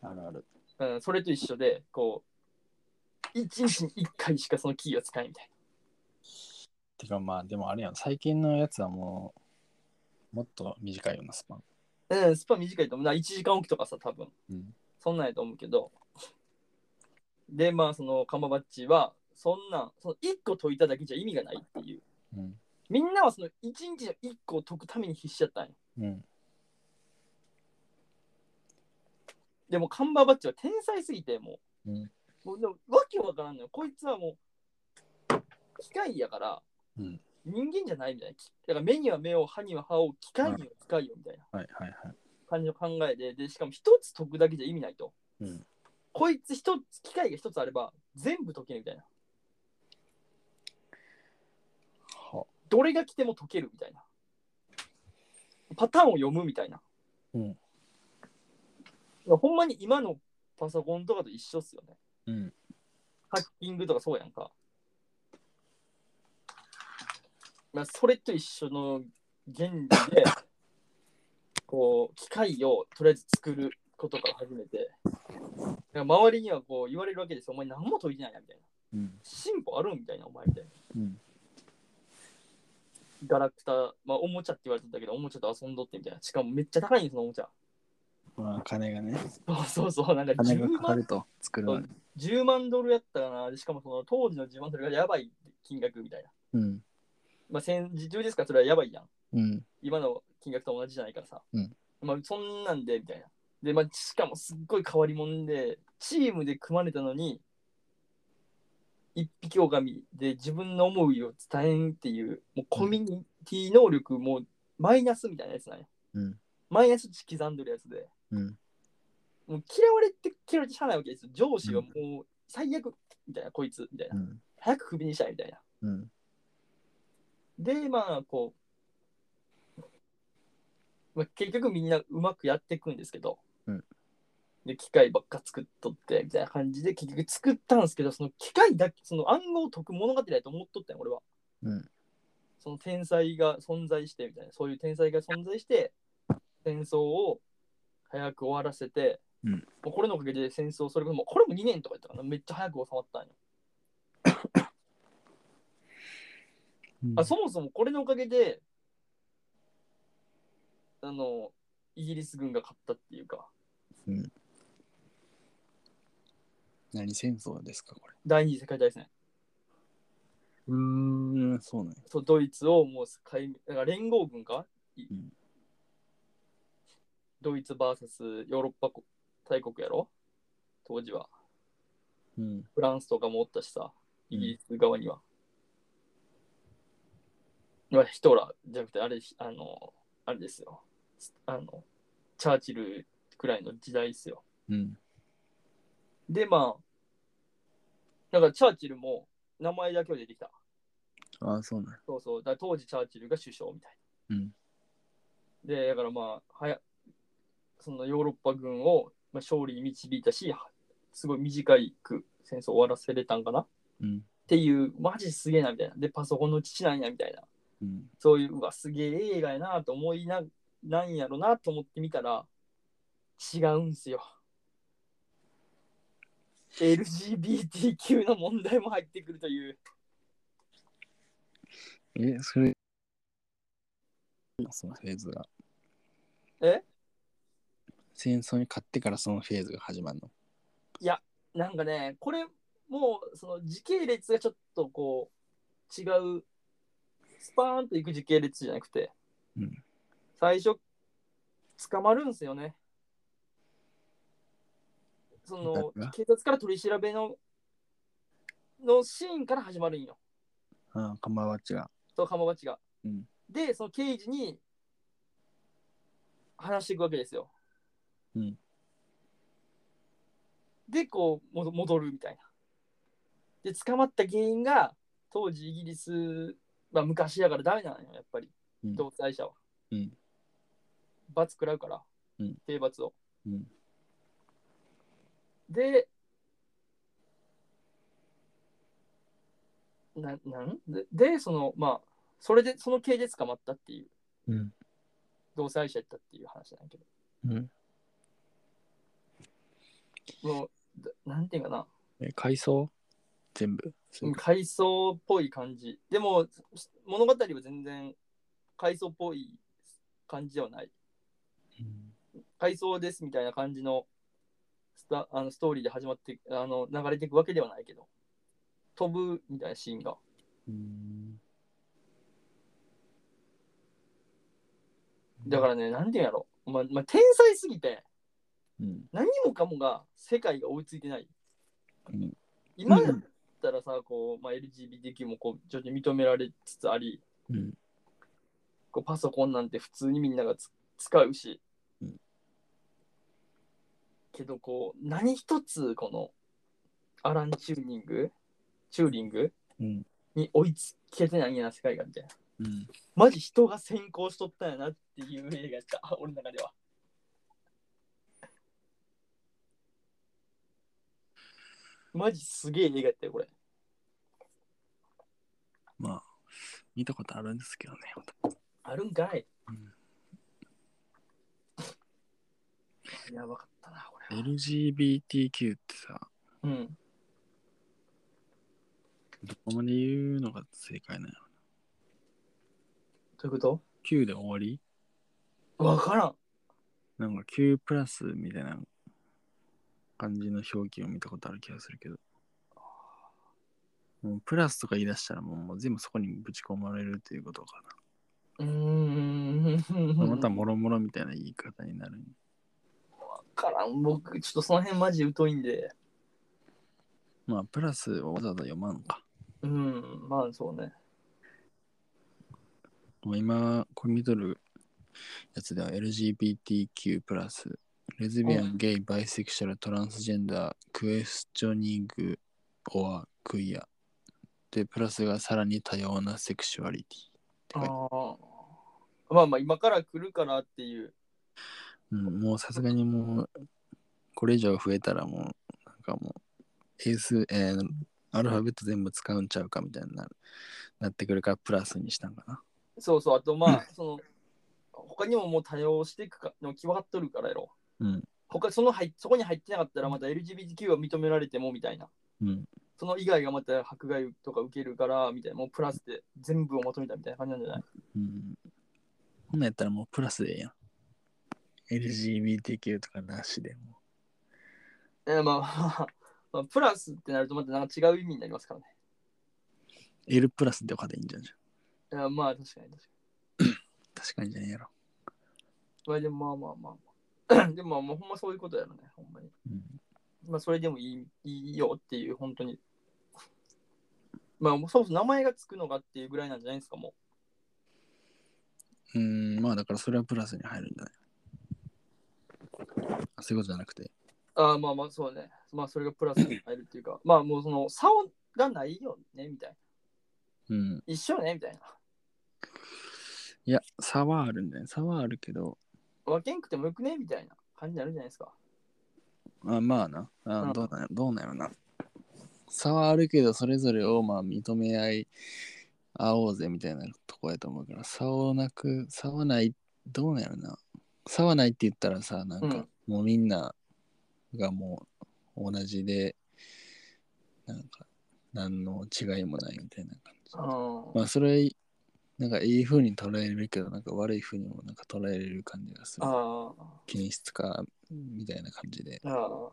Speaker 2: ある。
Speaker 1: な、うん、それと一緒でこう一日に一回しかそのキーを使えみたい
Speaker 2: てかまあ、でもあれやん。最近のやつはもう、もっと短いようなスパン。
Speaker 1: な、うん、スパン短いと思うな1時間おきとかさ多分
Speaker 2: うん。
Speaker 1: そんなんやと思うけどでまあそのカマバッチはそんなんその1個解いただけじゃ意味がないっていう
Speaker 2: うん。
Speaker 1: みんなはその1日の1個を解くために必死だったんよ
Speaker 2: うん。
Speaker 1: でもカンバーバッチは天才すぎてもう,、
Speaker 2: うん
Speaker 1: もうでもわけわからんのよこいつはもう機械やから、
Speaker 2: うん
Speaker 1: 人間じゃないみたいなきだから目には目を歯には歯を機械には機械よみたいな
Speaker 2: はいはいはい。
Speaker 1: 感じの考えででしかも一つ解くだけじゃ意味ないと、
Speaker 2: うん
Speaker 1: こいつ一つ機械が一つあれば全部解けるみたいな
Speaker 2: は。
Speaker 1: どれが来ても解けるみたいなパターンを読むみたいな、
Speaker 2: うん
Speaker 1: いやほんまに今のパソコンとかと一緒っすよね
Speaker 2: うん。
Speaker 1: ハッキングとかそうやんか。 まあ、それと一緒の原理で、こう機械をとりあえず作ることから始めてなんか周りにはこう言われるわけですよお前何も解いてないやみたいな
Speaker 2: うん。
Speaker 1: 進歩あるんみたいなお前みたいな
Speaker 2: うん。
Speaker 1: ガラクタまあおもちゃって言われてたけどおもちゃと遊んどってみたいなしかもめっちゃ高いんですそのおもちゃ
Speaker 2: まあ、金がね、
Speaker 1: そうそうそうなんか
Speaker 2: 金
Speaker 1: 10
Speaker 2: がかか
Speaker 1: 万
Speaker 2: ると、作るのに。
Speaker 1: 10万ドルやったかなでしかもその当時の10万ドルがやばい金額みたいな
Speaker 2: うん。
Speaker 1: まあ戦時中ですからそれはやばいやん
Speaker 2: うん。
Speaker 1: 今の金額と同じじゃないからさ、
Speaker 2: うん
Speaker 1: まあそんなんでみたいなで、まあ、しかもすっごい変わり者でチームで組まれたのに一匹狼で自分の思いを伝えんっていうもうコミュニティ能力もマイナスみたいなやつなんや、
Speaker 2: うん
Speaker 1: マイナス値刻んでるやつで
Speaker 2: うん。
Speaker 1: もう嫌われて嫌われてしゃあないわけですよ上司はもう最悪みたいなこいつみたいな
Speaker 2: うん。
Speaker 1: 早くクビにしたいみたいな
Speaker 2: うん。
Speaker 1: で、まあ、こう、まあ、結局みんなうまくやっていくんですけど、
Speaker 2: うん
Speaker 1: で、機械ばっか作っとって、みたいな感じで、結局作ったんですけど、その機械だけ、その暗号を解く物語だと思っとったんよ俺は。
Speaker 2: うん
Speaker 1: その天才が存在して、みたいな、そういう天才が存在して、戦争を早く終わらせて、
Speaker 2: うん
Speaker 1: もうこれのおかげで戦争、それこそもう、これも2年とかやったかな、めっちゃ早く収まったんよ。あそもそもこれのおかげで、あの、イギリス軍が勝ったっていうか、
Speaker 2: 何戦争ですか、これ。
Speaker 1: 第二次世界大戦。
Speaker 2: うーん、そうなんや。
Speaker 1: そう、ドイツをもう壊滅、だから連合軍か、い
Speaker 2: うん
Speaker 1: ドイツ VS ヨーロッパ国大国やろ当時は。
Speaker 2: うん。
Speaker 1: フランスとかもおったしさ、イギリス側には。まあヒトラーじゃなくて、あれ、あの、あれですよ。あの、チャーチルくらいの時代ですよ。
Speaker 2: うん。
Speaker 1: で、まあ、だからチャーチルも名前だけは出てきた。
Speaker 2: あそうなんや。
Speaker 1: そうそう。だから当時チャーチルが首相みたいな。
Speaker 2: うん
Speaker 1: で、だからまあ、はやそのヨーロッパ軍をまあ勝利に導いたし、はすごい短いく戦争を終わらせれたんかなっ
Speaker 2: うん。
Speaker 1: ていう、マジすげえなみたいな。で、パソコンの父なんやみたいな。
Speaker 2: うん。
Speaker 1: そういう、うわ、すげえ映画やなと思いな、なんやろなと思ってみたら、違うんすよ。LGBTQ の問題も入ってくるという、
Speaker 2: え、それ。そのフェーズが。
Speaker 1: え
Speaker 2: 戦争に勝ってからそのフェーズが始まるの。
Speaker 1: なんかね、これもうその時系列がちょっとこう、違う、スパーンといく時系列じゃなくて、
Speaker 2: うん
Speaker 1: 最初、捕まるんすよね。その
Speaker 2: 誰が
Speaker 1: 警察から取り調べののシーンから始まるんよ。
Speaker 2: ああ、カマバッチが。
Speaker 1: とカマバチが。
Speaker 2: うん
Speaker 1: で、その刑事に話していくわけですよ。
Speaker 2: うん
Speaker 1: で、こうもど、戻るみたいな。で、捕まった原因が、当時イギリス、まあ、昔やからダメなのよ、やっぱり
Speaker 2: う。ん
Speaker 1: 同罪者は。
Speaker 2: うん
Speaker 1: 罰食らうから、
Speaker 2: うん
Speaker 1: 刑罰を。
Speaker 2: うん
Speaker 1: で、ななんでで、その、まあ、それで、その刑で捕まったっていう、
Speaker 2: うん。
Speaker 1: 同性愛者やったっていう話なんやけ
Speaker 2: うん。
Speaker 1: ど、もう、だなんていうかな、
Speaker 2: え、回想全部。そううん
Speaker 1: 回想っぽい感じ。でも、物語は全然、回想っぽい感じではない。
Speaker 2: うん
Speaker 1: 回想ですみたいな感じのスタあのストーリーで始まって、あの流れていくわけではないけど、飛ぶみたいなシーンが。
Speaker 2: うん。
Speaker 1: だからね、なんていうんやろ、まあまあ、天才すぎて、
Speaker 2: うん。
Speaker 1: 何もかもが世界が追いついてない。
Speaker 2: うん
Speaker 1: 今だったらさ、こうまあ、LGBTQ もこう徐々に認められつつあり、
Speaker 2: うん。
Speaker 1: こうパソコンなんて普通にみんながつ使うし、
Speaker 2: うん
Speaker 1: けどこう何一つこのアラン・チューニングチューリング
Speaker 2: うん。
Speaker 1: に追いつけてないんやな世界がみたいな
Speaker 2: うん。
Speaker 1: マジ人が先行しとったんやなっていう映画やった 俺の中ではマジすげえ映画やったよこれ
Speaker 2: まあ、見たことあるんですけどね。
Speaker 1: あるんかいやばかったな、これは。
Speaker 2: LGBTQ ってさ、
Speaker 1: うん。
Speaker 2: どこまで言うのが正解なの
Speaker 1: どういうこと
Speaker 2: ?Q で終わり
Speaker 1: わからん。
Speaker 2: なんか Q プラスみたいな感じの表記を見たことある気がするけど。もうプラスとか言い出したらもうもう全部そこにぶち込まれるっていうことか
Speaker 1: うー
Speaker 2: な。
Speaker 1: ん。
Speaker 2: またもろもろみたいな言い方になる。
Speaker 1: わからん。僕、ちょっとその辺マジ疎いんで。
Speaker 2: まあプラスをわざわざ読まんのか。
Speaker 1: うん。まあ、そうね。
Speaker 2: もう今これ見とるやつでは LGBTQ プラス、レズビア
Speaker 1: う
Speaker 2: ン、ゲイ、バイセクシャル、トランスジェンダー、クエスチョニング、オア、クイア。で、プラスがさらに多様なセクシュアリティ。
Speaker 1: ああ。まあまあ、今から来るからっていう。
Speaker 2: うん、もうさすがにもう、これ以上増えたらもう、なんかもう、英数、えーアルファベット全部使うんちゃうかみたいになるなってくるから、プラスにしたんかな。
Speaker 1: そうそう。あと、まあ、その、他にももう多用していくかの決まっとるからやろ。
Speaker 2: うん、
Speaker 1: 他その入っそこに入ってなかったらまた LGBTQ は認められてもみたいな。
Speaker 2: うん、
Speaker 1: その以外がまた迫害とか受けるからみたいな。もうプラスで全部をまとめたみたいな感じなんじゃない
Speaker 2: うん。ほんなんやったらもうプラスでええやん。LGBTQ とかなしでも。
Speaker 1: えーまあ、まあ まあ、プラスってなるとまたなんか違う意味になりますからね。
Speaker 2: L プラスとかでいいんじゃんじゃん。
Speaker 1: えーまあ確かに確かに。
Speaker 2: 確かにじゃねえやろ。
Speaker 1: まあでもまあまあまあま あ。でもまあもうほんまそういうことやろね。ほんまに。
Speaker 2: うん
Speaker 1: まあそれでもいいいいよっていう本当に。まあそもそも名前がつくのかっていうぐらいなんじゃないですかも
Speaker 2: うーん、まあだからそれはプラスに入るんじゃないあそういうことじゃなくて。
Speaker 1: う。ああまあまあそうね。まあそれがプラスに入るっていう か。まあもうその差がないよねみたいな。
Speaker 2: うん。
Speaker 1: 一緒ねみたいな。
Speaker 2: いや、差はあるんだよね。差はあるけど、
Speaker 1: 分けんくてもよくねみたいな感じになるじゃないですか。
Speaker 2: あまあな。あ
Speaker 1: うん
Speaker 2: どうなんやどうなんやろな。差はあるけど、それぞれをまあ認め合い、合おうぜみたいなとこやと思うから、差をなく、差はない、どうなんやろな。差はないって言ったらさ、なんか、もうみんながもう同じで、なんか、何の違いもないみたいな感じ。
Speaker 1: う
Speaker 2: まあ、それ、なんかいい風に捉えれるけど、なんか悪い風にもなんか捉えれる感じがする。
Speaker 1: ああ。
Speaker 2: 気にしつか、みたいな感じで。
Speaker 1: ああ。
Speaker 2: も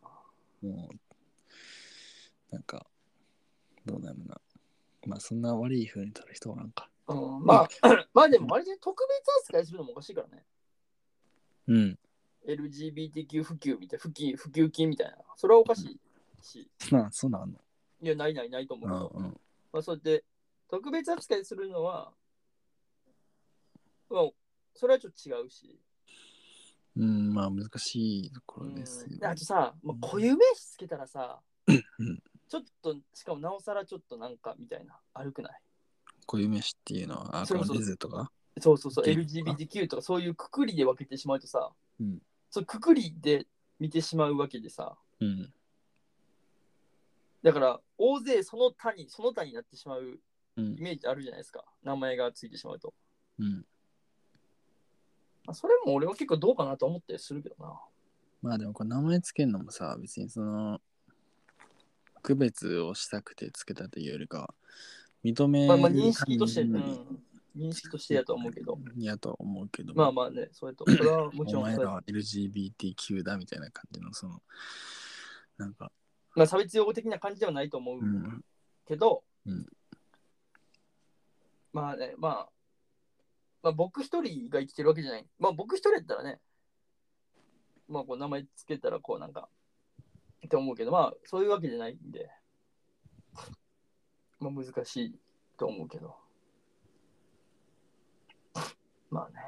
Speaker 2: う、なんか、どうなるな。まあ、そんな悪い風に取る人はなんか。
Speaker 1: うんまあ、まあでも、あれで特別扱いするのもおかしいからね。
Speaker 2: うん。
Speaker 1: LGBTQ 普及みたいな、普及、普及金みたいな。それはおかしいし、
Speaker 2: まあ、そうなの。
Speaker 1: いや、ないないないと思う
Speaker 2: う
Speaker 1: け
Speaker 2: ん
Speaker 1: ど、
Speaker 2: うん。
Speaker 1: まあ、そうやって、特別扱いするのは、まあ、それはちょっと違うし。
Speaker 2: うん、まあ、難しいとこ
Speaker 1: う
Speaker 2: ろ
Speaker 1: ん
Speaker 2: ですよ。
Speaker 1: あとさ、まあ、固有名詞つけたらさ、
Speaker 2: うん
Speaker 1: ちょっと、しかもなおさらちょっとなんかみたいな、悪くない
Speaker 2: こういう飯っていうのは、あ、
Speaker 1: そ
Speaker 2: こ
Speaker 1: うそう
Speaker 2: のレズとか。
Speaker 1: そうそうそう、
Speaker 2: ゲームとか
Speaker 1: LGBTQ とかそういうくくりで分けてしまうとさ、
Speaker 2: うん
Speaker 1: そうくくりで見てしまうわけでさ、
Speaker 2: うん。
Speaker 1: だから大勢その他に、その他になってしまう
Speaker 2: うん
Speaker 1: イ。メージあるじゃないですか、名前がついてしまうと。
Speaker 2: うん。
Speaker 1: まあそれも俺は結構どうかなと思ったりするけどな。
Speaker 2: まあ、でも、これ名前つけるのもさ、別にその、区別をしたくてつけたというよりかは、認め
Speaker 1: まあ、まあ認識として、う、
Speaker 2: うん
Speaker 1: 認識としてやと思うけど、
Speaker 2: いやと思うけど。
Speaker 1: まあまあね、それと、それはもちろ
Speaker 2: お
Speaker 1: ん
Speaker 2: 前
Speaker 1: そ
Speaker 2: ら
Speaker 1: れ、
Speaker 2: は LGBTQ だみたいな感じのそのなんか、
Speaker 1: まあ、差別用語的な感じではないと思う
Speaker 2: うん、
Speaker 1: けど、
Speaker 2: うん
Speaker 1: まあね、まあ、まあ、僕一人が生きてるわけじゃない。まあ僕一人やったらね、まあこう名前つけたらこうなんか、って思うけど、まあそういうわけじゃないんで、まあ難しいと思うけど。まあね。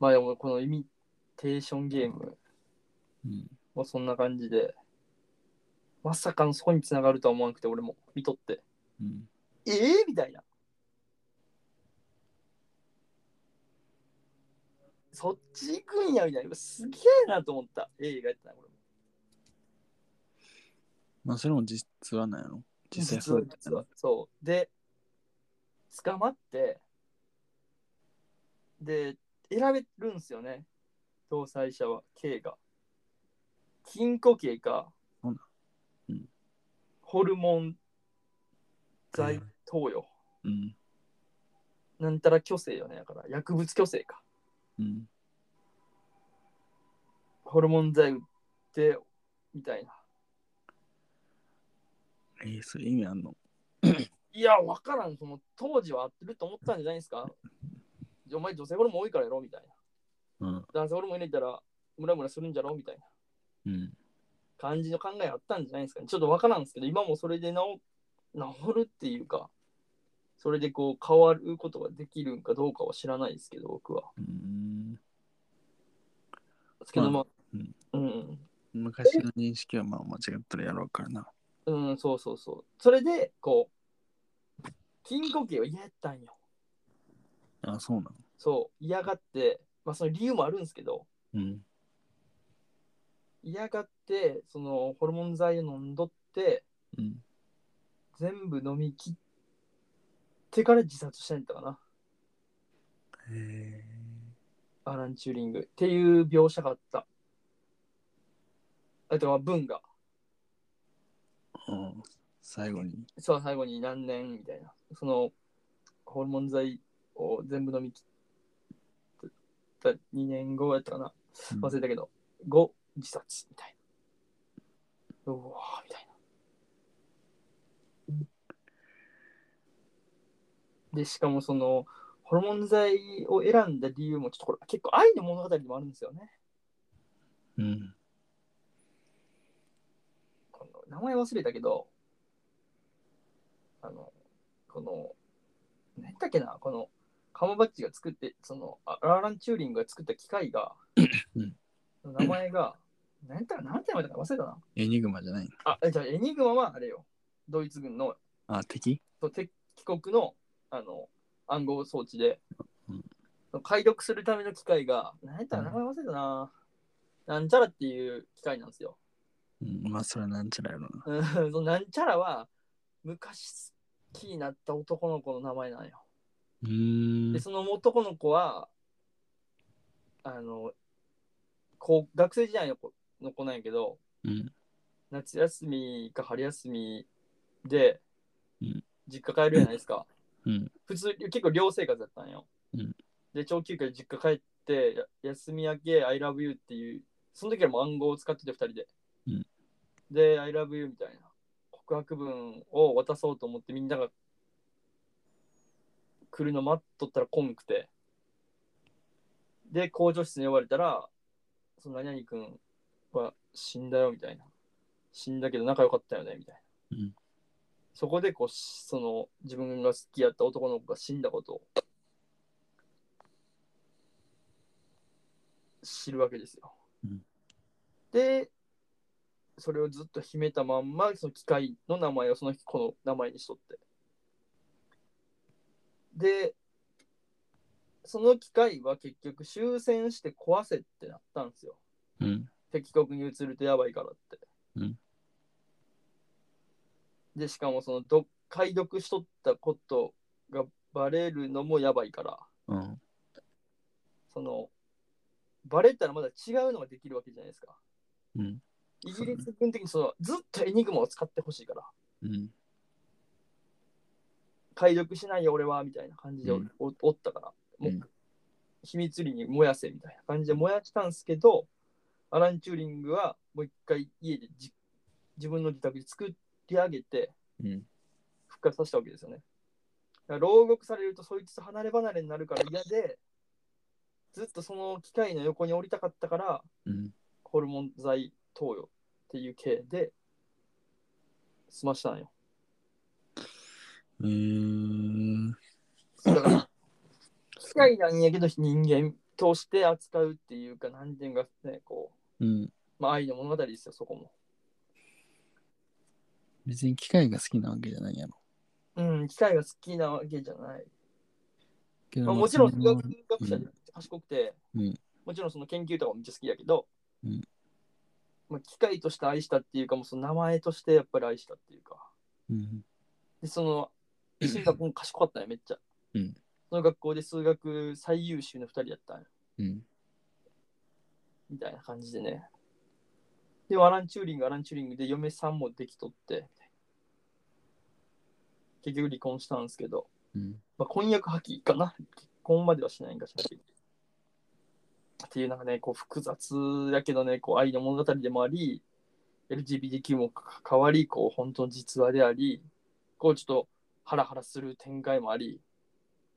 Speaker 1: まあでもこのイミテーションゲーム、
Speaker 2: うん、
Speaker 1: まあ、そんな感じで。まさかのそこに繋がるとは思わなくて、俺も見とって。
Speaker 2: うん、
Speaker 1: ええみたいな。そっち行くんやみたいな。すげえなと思った。映画やったな、これも。
Speaker 2: まあそれも実はなんやろ実際そうだった
Speaker 1: 実は。そう。で、捕まって、で、選べるんですよね。搭載者は、K が。金庫系か
Speaker 2: そうなん、うん
Speaker 1: ホルモン剤投与、
Speaker 2: うん。
Speaker 1: なんたら虚勢よね。だから、薬物虚勢か。
Speaker 2: うん。
Speaker 1: ホルモン剤打って、みたいな。
Speaker 2: えー、それ意味あんの
Speaker 1: いや、わからん。その当時は合ってると思ったんじゃないですか お前女性ホルモン多いからやろみたいな。
Speaker 2: うん。
Speaker 1: 男性ホルモン入れたらムラムラするんじゃろみたいな
Speaker 2: うん。
Speaker 1: 感じの考えあったんじゃないですかちょっとわからんですけど、今もそれで治治るっていうか、それでこう変わることができるんかどうかは知らないですけど、僕は。
Speaker 2: うん
Speaker 1: ですけど、まあ、
Speaker 2: うん
Speaker 1: うん、
Speaker 2: 昔の認識はまあ間違ったらやろうからな。
Speaker 1: うん、そうそうそう。それで、こう、筋呼吸を嫌やったんよ。
Speaker 2: あ、そうなの
Speaker 1: そう、嫌がって、まあその理由もあるんですけど、
Speaker 2: うん。
Speaker 1: 嫌がって、そのホルモン剤を飲んどって、
Speaker 2: うん。
Speaker 1: 全部飲み切ってから自殺したんやったかな。
Speaker 2: へ
Speaker 1: アラン・チューリングっていう描写があった。あとは文が、
Speaker 2: え。うん。最後に。
Speaker 1: そう最後に何年みたいな、そのホルモン剤を全部飲み切った2年後やったかな、
Speaker 2: うん
Speaker 1: 忘れたけど、後自殺みたいな。うわーみたいな。で、しかもその、ホルモン剤を選んだ理由もちょっとこれ結構愛の物語でもあるんですよね。
Speaker 2: うん。
Speaker 1: この名前忘れたけど、あの、この、何だっけな、この、カモバッチが作って、その、アアーラン・チューリングが作った機械が、
Speaker 2: うん
Speaker 1: 名前が、何だ何て名前だか忘れたな。
Speaker 2: エニグマじゃないの
Speaker 1: あ、えじゃあエニグマはあれよ、ドイツ軍の、
Speaker 2: あ、敵
Speaker 1: そう敵国の、あの、暗号装置で
Speaker 2: うん、
Speaker 1: 解読するための機械が、何だ名前忘れたな。なんちゃらっていう機械なんですよ。
Speaker 2: うん。まあ、それはなんちゃらやろうな。
Speaker 1: うんそのなんちゃらは昔好きになった男の子の名前なんよ。
Speaker 2: うーん
Speaker 1: で、。その男の子は、あの、こう学生時代の子の子なんやけど、
Speaker 2: うん。
Speaker 1: 夏休みか春休みで
Speaker 2: うん、
Speaker 1: 実家帰るじゃないですか。
Speaker 2: うん。
Speaker 1: 普通、結構寮生活だったんよ。
Speaker 2: うん
Speaker 1: で、長休暇で実家帰って、や休み明け、I love you っていう、その時はもう暗号を使ってて、2人で。
Speaker 2: うん
Speaker 1: で、I love you みたいな告白文を渡そうと思ってみんなが来るの待っとったら来んくて。で、校長室に呼ばれたら、その何々君は死んだよみたいな。死んだけど仲良かったよねみたいな。
Speaker 2: うん
Speaker 1: そこでこう、しその自分が好きやった男の子が死んだことを知るわけですよ。
Speaker 2: うん
Speaker 1: で、それをずっと秘めたまんま、その機械の名前をその子の名前にしとって。で、その機械は結局終戦して壊せってなったんですよ。
Speaker 2: うん。
Speaker 1: 敵国に移るとやばいからって。
Speaker 2: うん
Speaker 1: で、しかもそのど解読しとったことがバレるのもやばいから、
Speaker 2: うん。
Speaker 1: そのバレたらまだ違うのができるわけじゃないですか。
Speaker 2: うん。
Speaker 1: イギリス軍的にそのずっとエニグマを使ってほしいから、
Speaker 2: うん。
Speaker 1: 解読しないよ俺はみたいな感じでお,、
Speaker 2: うん
Speaker 1: おったから、もう
Speaker 2: うん
Speaker 1: 秘密裏に燃やせみたいな感じで燃やしたんですけど、アラン・チューリングはもう一回家でじ自分の自宅で作り上げて
Speaker 2: うん。
Speaker 1: 復活させたわけですよね。だから牢獄されるとそいつと離れ離れになるから嫌で、ずっとその機械の横に降りたかったから、
Speaker 2: うん。
Speaker 1: ホルモン剤投与っていう系で済ましたんよ。
Speaker 2: うーん。
Speaker 1: だから、機械なんやけど人間として扱うっていうか、なんていうんかね、こ
Speaker 2: うん。
Speaker 1: う、まあ愛の物語ですよ、そこも。
Speaker 2: 別に機械が好きなわけじゃないやろ。
Speaker 1: うん、機械が好きなわけじゃない。
Speaker 2: けど
Speaker 1: まあ、
Speaker 2: まあ
Speaker 1: もちろん、
Speaker 2: そ
Speaker 1: 数
Speaker 2: の
Speaker 1: 学学者で賢くて、
Speaker 2: うん
Speaker 1: もちろんその研究とかもめっちゃ好きやけど、
Speaker 2: うん
Speaker 1: まあ、機械として愛したっていうか、もうその名前としてやっぱり愛したっていうか。
Speaker 2: うん。
Speaker 1: で、その、中学も賢かったね、めっちゃ。
Speaker 2: うん
Speaker 1: その学校で数学最優秀の2人やったんよ
Speaker 2: うん。
Speaker 1: みたいな感じでね。で、アラン・チューリング、アラン・チューリングで嫁さんもできとって、結局離婚したんですけど、
Speaker 2: うん。
Speaker 1: まあ、婚約破棄かな結婚まではしないんかしらんけどっていうなんかね、こう複雑やけどね、こう愛の物語でもあり、LGBTQ も関わり、こう本当の実話であり、こうちょっとハラハラする展開もあり、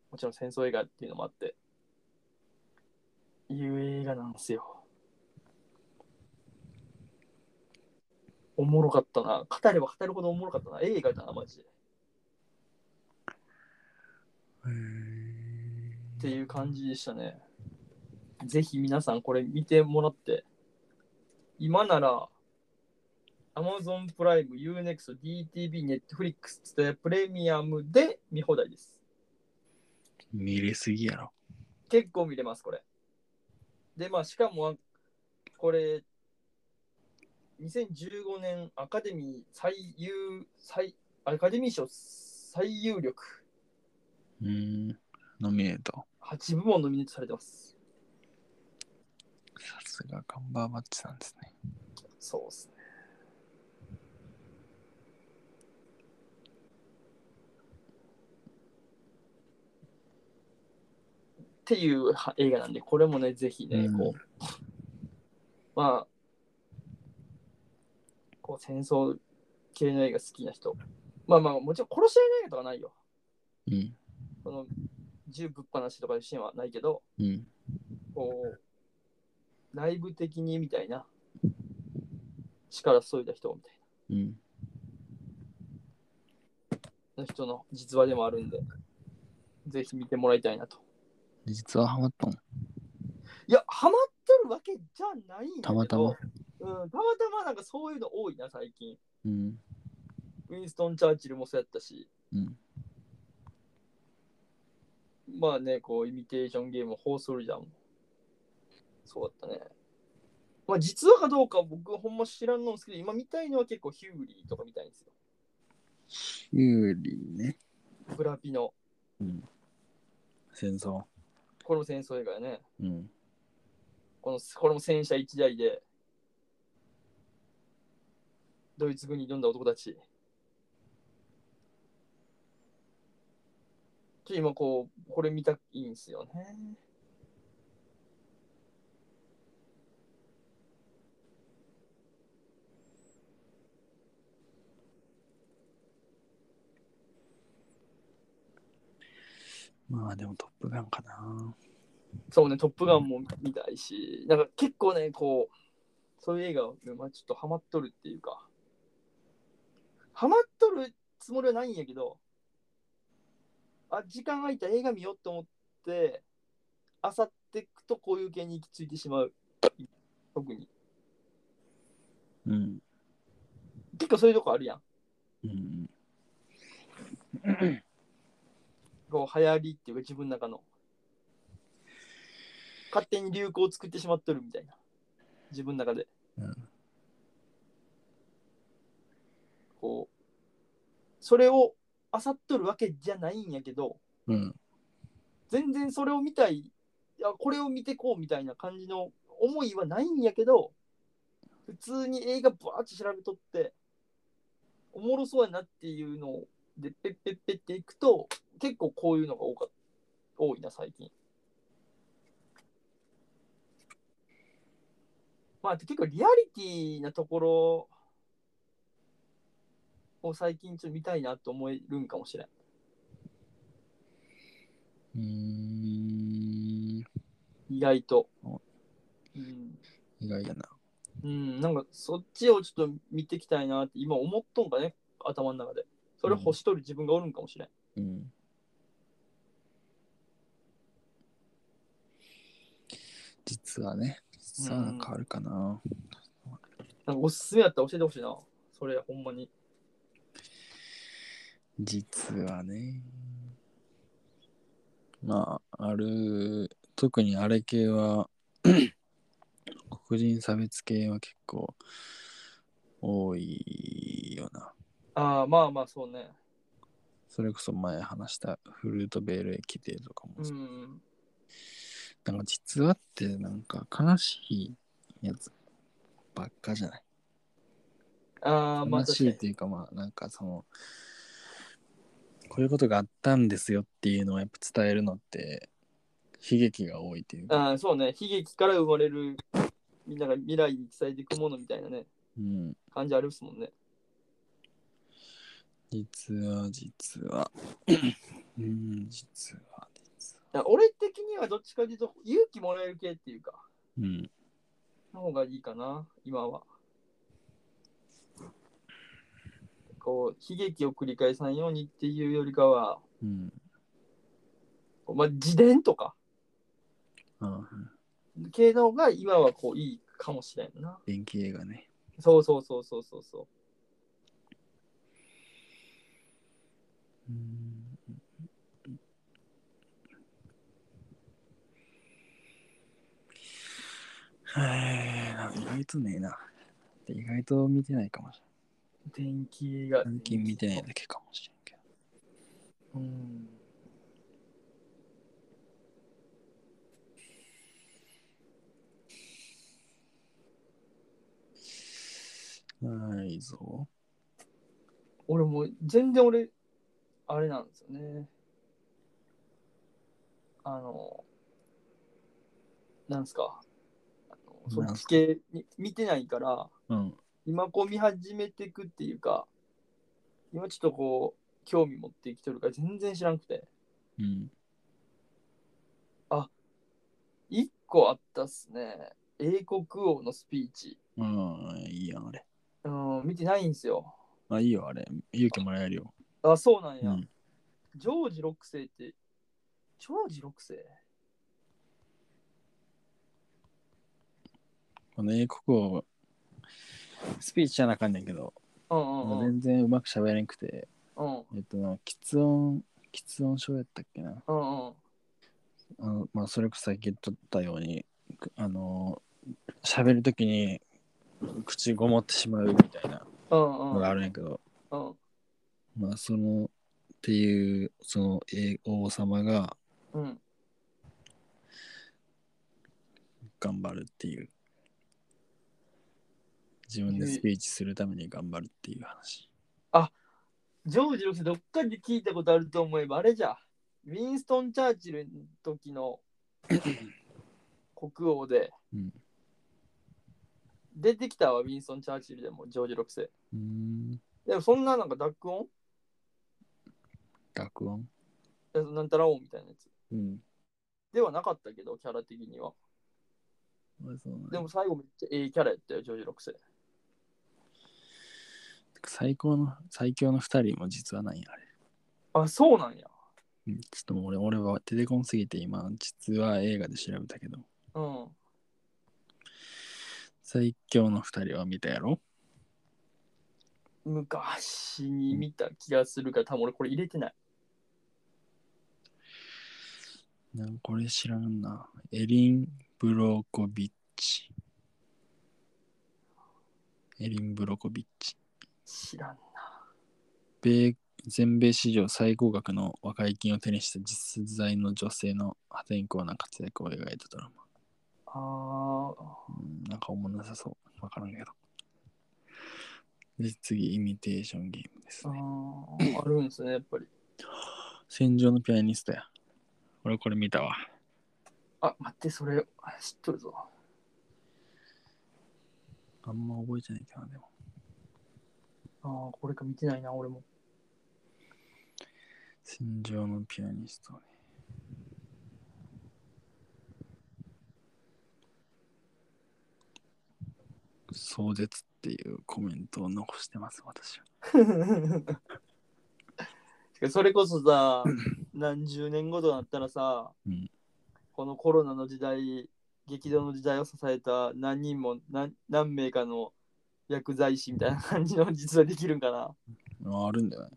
Speaker 1: もちろん戦争映画っていうのもあって、いう映画なんですよ。おもろかったな。語れば語るほどおもろかったな。映画だな、マジで。っていう感じでしたね。ぜひ皆さんこれ見てもらって、今なら Amazon プライム、UNEXT、DTV、Netflix、Tsutaya プレミアムで見放題です。
Speaker 2: 見れすぎやろ。
Speaker 1: 結構見れます、これ。で、まあ、しかも、これ、2015年アカデミー最優、最、アカデミー賞最有力、
Speaker 2: うーん。ノミネート。
Speaker 1: 8部門ノミネートされてます。
Speaker 2: さすがカンバーバッチさんですね。
Speaker 1: そうですね。っていうは映画なんで、これもね、ぜひね、
Speaker 2: うん
Speaker 1: こう、まあ、こう戦争系の映画好きな人、まあまあ、もちろん殺し合いの映画とかないよ。
Speaker 2: うん。
Speaker 1: その銃ぶっ放しとかいうシーンはないけど、
Speaker 2: うん。
Speaker 1: こう、内部的にみたいな、力注いだ人みたいな。
Speaker 2: うん。
Speaker 1: の人の実話でもあるんで、ぜひ見てもらいたいなと。
Speaker 2: 実はハマったん。
Speaker 1: いや、ハマっとるわけじゃないんだけど
Speaker 2: たまたま
Speaker 1: うん、たまたまなんかそういうの多いな、最近。
Speaker 2: うん。
Speaker 1: ウィンストン・チャーチルもそうやったし、
Speaker 2: うん。
Speaker 1: まあね、こう、イミテーションゲーム、ホーソルジャーも。そうだったね。まあ、実話かどうか僕ほんま知らんのんですけど、今見たいのは結構ヒューリーとか見たいんですよ。
Speaker 2: キュウリね。
Speaker 1: ブラピの、
Speaker 2: うん。戦争。
Speaker 1: これも戦争映画やね。
Speaker 2: うん。
Speaker 1: このこれも戦車一台でドイツ軍に挑んだ男たち。ちょ今こう、これ見たいんですよね。
Speaker 2: まあでもトップガンかな。
Speaker 1: そうね、トップガンも見たいし、なんか結構ね、こう、そういう映画を、まあ、ちょっとハマっとるっていうか、ハマっとるつもりはないんやけど、あ、時間空いた映画見ようと思って、あさってくとこういう系に行き着いてしまう。特に。
Speaker 2: うん。
Speaker 1: 結構そういうとこあるやん。
Speaker 2: うん。
Speaker 1: こう流行りっていうか自分の中の。勝手に流行を作ってしまっとるみたいな。自分の中で。
Speaker 2: うん
Speaker 1: こう、それを漁っとるわけじゃないんやけど、
Speaker 2: うん。
Speaker 1: 全然それを見たい、いやこれを見てこうみたいな感じの思いはないんやけど、普通に映画バーって調べとって、おもろそうやなっていうので、ペッペッペッっていくと、結構こういうのが多か多いな、最近。まあ、結構リアリティなところを最近ちょっと見たいなと思えるんかもしれん。
Speaker 2: うーん。
Speaker 1: 意外と
Speaker 2: お。
Speaker 1: うん
Speaker 2: 意外やな。
Speaker 1: うん、なんかそっちをちょっと見ていきたいなって今思っとんかね、頭の中で。それを欲しとる自分がおるんかもしれん。
Speaker 2: うん。実はね、実はなんかあるかな。
Speaker 1: なんかおすすめやったら教えてほしいな。それほんまに。
Speaker 2: 実はね。まあ、ある、特にあれ系は、 黒人差別系は結構多いよな。
Speaker 1: ああ、まあまあそうね。
Speaker 2: それこそ前話したフルートベール駅でとかも
Speaker 1: うん。
Speaker 2: なんか実話ってなんか悲しいやつばっかじゃない。
Speaker 1: ああ、まあ確
Speaker 2: 悲
Speaker 1: か
Speaker 2: しい
Speaker 1: に
Speaker 2: っ。ていうかまあなんかその、こういうことがあったんですよっていうのをやっぱ伝えるのって悲劇が多いっていうか。
Speaker 1: あーそうね、悲劇から生まれる、みんなが未来に伝えていくものみたいなね、
Speaker 2: うん。
Speaker 1: 感じあるっすもんね。
Speaker 2: 実は実は。うん、実は実は。
Speaker 1: だから俺的にはどっちかというと、勇気もらえる系っていうか、
Speaker 2: うん。
Speaker 1: の方がいいかな、今は。こう、悲劇を繰り返さんようにっていうよりかは、
Speaker 2: うん。
Speaker 1: こうまあ、自伝とか、
Speaker 2: ああ、
Speaker 1: 系の方が今はこう、いいかもしれんな。
Speaker 2: 電気映画ね。
Speaker 1: そうそうそうそうそうそう。
Speaker 2: うん。はいなんか意外とねえな。意外と見てないかもし
Speaker 1: 電気が。
Speaker 2: れない。最近見てないだけかもしれんけど。
Speaker 1: うん。
Speaker 2: ないぞ。
Speaker 1: 俺もう全然俺あれなんですよねあのなんすかあのそ
Speaker 2: なん
Speaker 1: っ
Speaker 2: す
Speaker 1: ち
Speaker 2: か
Speaker 1: 系に見てないから
Speaker 2: うん。
Speaker 1: 今こう見始めてくっていうか今ちょっとこう興味持ってきてるから全然知らなくて
Speaker 2: うん。
Speaker 1: 1個あったっすね英国王のスピーチ
Speaker 2: ああ、いいやん、あれ。
Speaker 1: うん見てないんですよ
Speaker 2: あ、いいよ、あれ。勇気もらえるよ。
Speaker 1: あそうなん
Speaker 2: う
Speaker 1: や、
Speaker 2: ん。
Speaker 1: ジョージ6世って、ジョージ6世
Speaker 2: この英国をスピーチじゃなあかんねんけど、
Speaker 1: うんうんうん。
Speaker 2: 全然うまく喋れんくて、
Speaker 1: うん
Speaker 2: えっとな、喫音、喫音症やったっけな。
Speaker 1: うんうん。
Speaker 2: あのまあ、それこそさっき言っとったように、くあのー、喋るときに口ごもってしまうみたいな
Speaker 1: うんうん
Speaker 2: のがあるんやけど、
Speaker 1: うん
Speaker 2: まあ、その、っていう、その、え王様が
Speaker 1: うん
Speaker 2: 頑張るっていう。自分でスピーチするために頑張るっていう話。
Speaker 1: ジョージ6世どっかで聞いたことあると思えばあれじゃウィンストン・チャーチルの時 の国王で、
Speaker 2: うん
Speaker 1: 出てきたわウィンストン・チャーチルでもジョージ6世
Speaker 2: うーん、
Speaker 1: でもそんななんか濁音
Speaker 2: 学音
Speaker 1: えなんたら音みたいなやつ
Speaker 2: うん。
Speaker 1: ではなかったけどキャラ的には
Speaker 2: まあそうなんや
Speaker 1: でも最後めっちゃええキャラやったよジョージ6世
Speaker 2: 最高の、最強の二人も実はないんやあれ。
Speaker 1: あそうなんや
Speaker 2: うんちょっともう俺俺は出てこんすぎて今、実は映画で調べたけど、
Speaker 1: うん
Speaker 2: 最強の二人は見たやろ
Speaker 1: 昔に見た気がするから多分俺これ入れてない
Speaker 2: なんかこれ知らんな。エリン・ブロコビッチ。エリン・ブロコビッチ。
Speaker 1: 知らん
Speaker 2: 米全米史上最高額の和解金を手にした実在の女性の破天荒な活躍を描いたドラマ。
Speaker 1: ああ
Speaker 2: うん、なんかおもんなさそう。わからんけど。で、次、イミテーションゲームです
Speaker 1: あ
Speaker 2: ね。
Speaker 1: ーあるんですね、やっぱり。
Speaker 2: 戦場のピアニストや。俺これ見たわ。
Speaker 1: あ、待って、それ知っとるぞ。
Speaker 2: あんま覚えてないけどな、でも。
Speaker 1: ああ、これか見てないな、俺 も。
Speaker 2: 戦場のピアニストね。壮絶っていうコメントを残してます、私は。
Speaker 1: それこそさ、何十年後となったらさ、
Speaker 2: うん
Speaker 1: このコロナの時代、激動の時代を支えた何人も何何名かの薬剤師みたいな感じの実はできるんかな。
Speaker 2: ああるんじゃない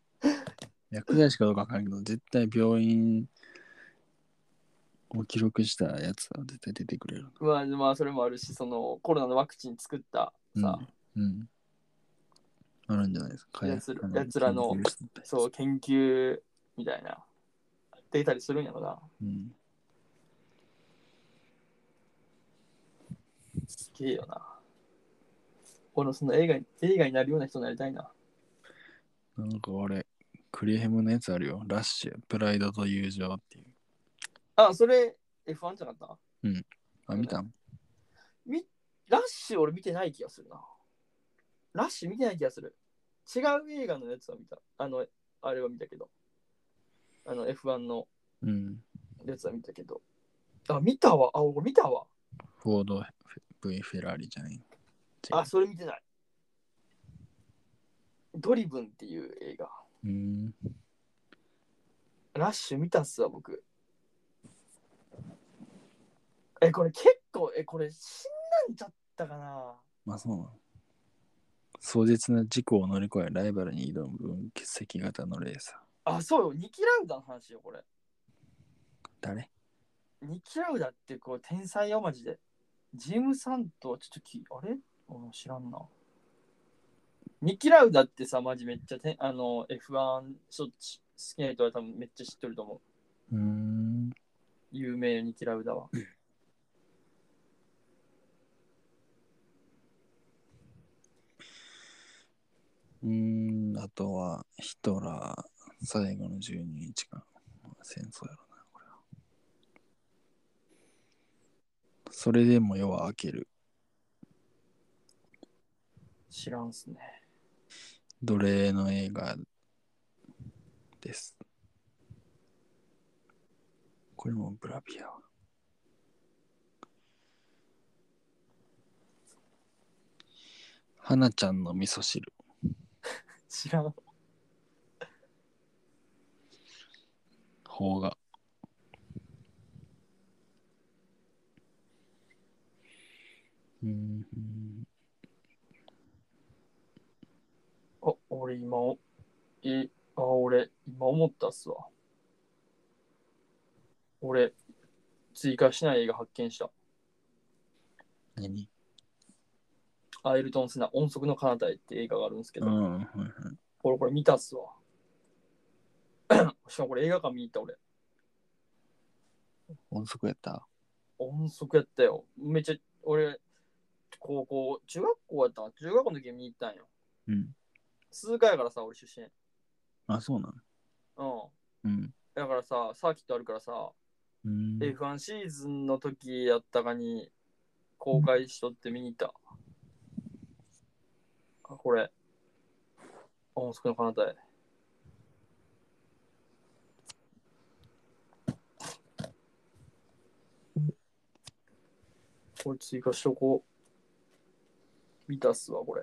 Speaker 2: 薬剤師かどうかわからんけど、絶対病院を記録したやつは絶対出てくれる。
Speaker 1: まあ、まあ、それもあるし、そのコロナのワクチン作ったさ、
Speaker 2: うん。あるんじゃないですか。
Speaker 1: やつら
Speaker 2: 開発
Speaker 1: やつらの
Speaker 2: 研究室みたいな
Speaker 1: そう、研究みたいな、出たりするんやろな。
Speaker 2: うん
Speaker 1: げえよな。俺もその映画に映画になるような人になりたいな。
Speaker 2: なんかあれ、クリヘムのやつあるよ。ラッシュ、プライドと友情っていう。
Speaker 1: あ、それ F1 じゃなかった
Speaker 2: あ、見たん
Speaker 1: みラッシュ俺見てない気がするな。ラッシュ見てない気がする。違う映画のやつは見た。あの、あれは見たけど。あの F1 の
Speaker 2: うん。
Speaker 1: やつは見たけど。あ、見たわ。あ、俺見たわ。
Speaker 2: フォード V フェラーリじゃない。
Speaker 1: あ、それ見てない。ドリブンっていう映画。
Speaker 2: うん。
Speaker 1: ラッシュ見たっすわ、僕。え、これ結構、え、これ死んだんちゃったかな
Speaker 2: まあそうなの。壮絶な事故を乗り越えライバルに挑む分血跡型のレーサー。
Speaker 1: あ、そうよ、ニキラウダの話よ、これ。
Speaker 2: 誰
Speaker 1: ニキラウダってこう天才よ、マジで。ジムさんとはちょっとき、あれ俺知らんな。ニキラウダってさ、マジめっちゃてあの F1 しょっち好きな人は多分めっちゃ知ってると思う。
Speaker 2: うーん。
Speaker 1: 有名ニキラウダは。
Speaker 2: うーん。あとはヒトラー、最後の12日間。戦争やろな、これは。それでも夜は明ける。
Speaker 1: 知らんっすね。
Speaker 2: 奴隷の映画です。これもブラビアは。花ちゃんの味噌汁。
Speaker 1: 知らん。
Speaker 2: 邦画。うんうん
Speaker 1: あ、俺今お、え、あ、俺、今思ったっすわ。俺、追加しない映画発見した。
Speaker 2: 何
Speaker 1: アイルトン・セナ、音速の彼方へって映画があるんですけ
Speaker 2: う
Speaker 1: ど、
Speaker 2: ん、はいはい。
Speaker 1: 俺これ見たっすわ。 しかもこれ映画館見に行った俺。
Speaker 2: 音速やった
Speaker 1: 音速やったよ。めっちゃ、俺、高校、中学校やったな中学校の時見に行ったんよ。
Speaker 2: うん。
Speaker 1: 鈴鹿やからさ、俺出身。
Speaker 2: あ、そうなの
Speaker 1: うん。
Speaker 2: うん。
Speaker 1: だからさ、サーキットあるからさ、
Speaker 2: うん。
Speaker 1: F1 シーズンの時やったかに公開しとって見に行った。あ、これ。音速の彼方へ。これ追加しとこう。見たっすわ、これ。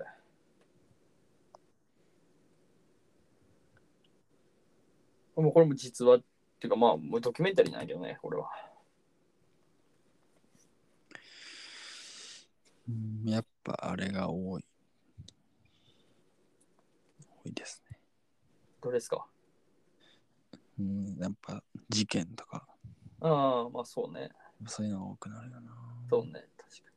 Speaker 1: もうこれも実話っていうかまあもうドキュメンタリーなんやけどね、これは。
Speaker 2: うんやっぱあれが多い。多いですね。
Speaker 1: どれですか
Speaker 2: うん、やっぱ事件とか、
Speaker 1: ああ、まあそうね。
Speaker 2: そういうのが多くなるよな。
Speaker 1: そうね、確か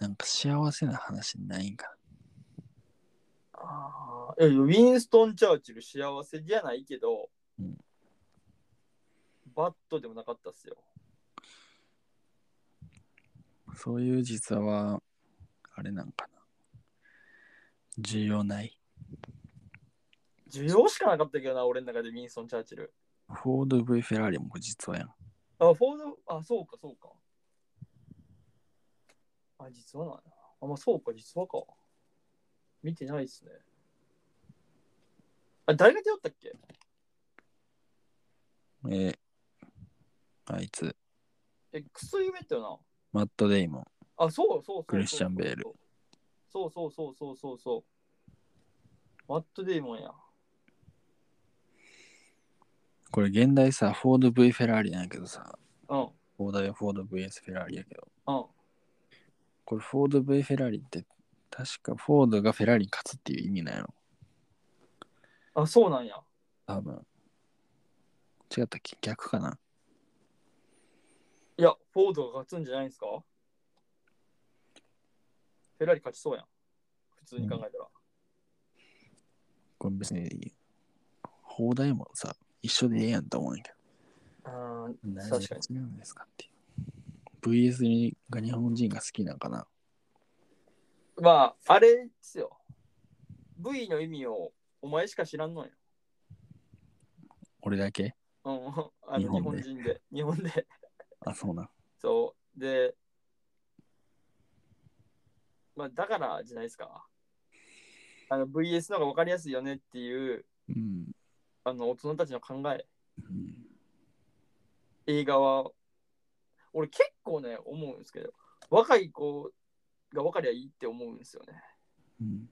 Speaker 2: なんか幸せな話ないんか
Speaker 1: に。ああ、いやいやウィンストン・チャーチル幸せじゃないけど、
Speaker 2: うん
Speaker 1: バットでもなかったっすよ。
Speaker 2: な。そういう実話は、あれなんかな。重要ない。
Speaker 1: 需要しかなかったけどな、俺の中でウィンストン・チャーチル。
Speaker 2: フォード V フェラーリも実話やん。
Speaker 1: あ、フォード、あ、そうか、そうか。あ、実はないな。あ、まあそうか、実はか。見てないっすね。あ、誰が出会ったっけ
Speaker 2: えーあいつ、
Speaker 1: え、クソ夢ってよな。
Speaker 2: マット・デイモン。
Speaker 1: あ、そうそうそうそう。
Speaker 2: クリスチャンベール。
Speaker 1: そうそうそうそうそうそう。マットデイモンや。
Speaker 2: これ現代さ、フォード V フェラーリなんやけどさ、
Speaker 1: うん。うん。
Speaker 2: フォードはフォード VS フェラーリやけど、
Speaker 1: あ
Speaker 2: これフォード V フェラーリって確かフォードがフェラーリに勝つっていう意味なんやろ
Speaker 1: そうなんや。
Speaker 2: 多分違ったっけ逆かない
Speaker 1: や、フォードが勝つんじゃないんすかフェラーリ勝ちそうやん。普通に考えたら。
Speaker 2: これ別にいい放題もさ一緒でええやんと思うんやけ
Speaker 1: う
Speaker 2: ど
Speaker 1: なん
Speaker 2: 何が
Speaker 1: 確か
Speaker 2: 違うんですかっていう。VS が日本人が好きなんかな。
Speaker 1: まあ、あれですよ。V の意味をお前しか知らんのよ。
Speaker 2: 俺だけ
Speaker 1: うん、あの日
Speaker 2: 日
Speaker 1: 本
Speaker 2: 本で
Speaker 1: 人で。日本で。
Speaker 2: あ、そうなん。
Speaker 1: そう。で、まあ、だからじゃないですか。あの VS の方が分かりやすいよねっていう
Speaker 2: うん。
Speaker 1: あの大人たちの考え、
Speaker 2: うん
Speaker 1: 映画は、俺結構ね、思うんですけど、若い子が分かりゃいいって思うんですよね。
Speaker 2: うん。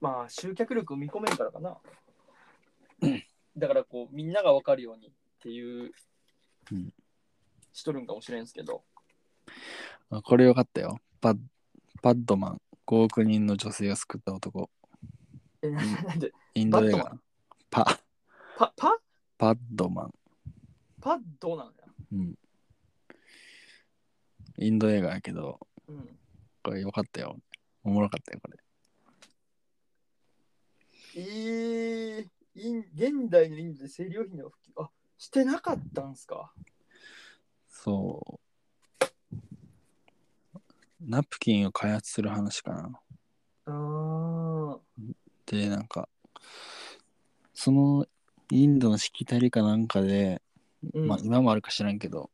Speaker 1: まあ集客力を見込めるからかな。だからこうみんなが分かるようにっていう、
Speaker 2: うん
Speaker 1: しとるんかもしれんすけど。
Speaker 2: あこれよかったよ。パッパッドマン。5億人の女性を救った男。
Speaker 1: え、ななんで
Speaker 2: インド映
Speaker 1: バッ
Speaker 2: 画。パ、
Speaker 1: パパ
Speaker 2: パッドマン。
Speaker 1: パどうなんだ
Speaker 2: うん。インド映画やけど、
Speaker 1: うん。
Speaker 2: これよかったよ。おもろかったよ、これ。
Speaker 1: えー、イン現代のインドで生理用品の普及、あしてなかったんすか
Speaker 2: そう。ナプキンを開発する話かな。
Speaker 1: あー
Speaker 2: で、なんか、そのインドのしきたりかなんかで、
Speaker 1: うん
Speaker 2: まあ今もあるか知らんけど、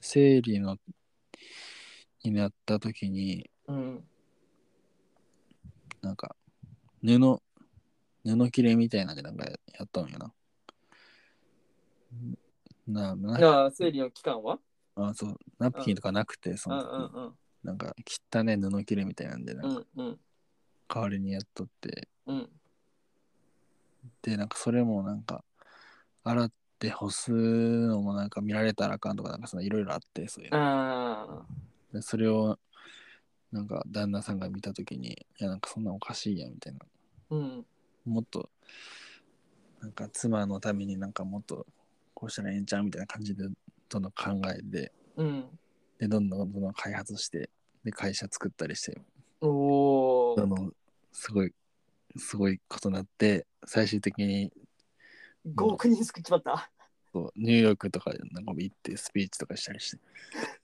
Speaker 2: 生理のになった時に、
Speaker 1: うん。
Speaker 2: なんか、布、布切れみたいなんでなんかやったんやな。な、
Speaker 1: あ
Speaker 2: な、
Speaker 1: ー生理の期間は
Speaker 2: あ、そう、ナプキンとかなくて、そ
Speaker 1: うん
Speaker 2: の
Speaker 1: う
Speaker 2: 時、
Speaker 1: んうん
Speaker 2: なんか、汚ね布切れみたいなんで、な
Speaker 1: うん
Speaker 2: か
Speaker 1: んうん
Speaker 2: 代わりにやっとって、
Speaker 1: うん
Speaker 2: で、なんかそれもなんか、洗って干すのもなんか見られたらあかんとか、なんかそのいろいろあって、そういうの。
Speaker 1: あ
Speaker 2: でそれを、なんか旦那さんが見た時に、いや、なんかそんなおかしいやんみたいな。
Speaker 1: ーうん
Speaker 2: もっとなんか妻のためになんかもっとこうしたらええんちゃうみたいな感じでどんどん考えて
Speaker 1: うん
Speaker 2: でどんどんどんどん開発してで会社作ったりして
Speaker 1: お
Speaker 2: どん
Speaker 1: ー
Speaker 2: どんすごいすごいことになって最終的に
Speaker 1: 5億人救っちまった
Speaker 2: こうニューヨークとかなんか行ってスピーチとかしたりして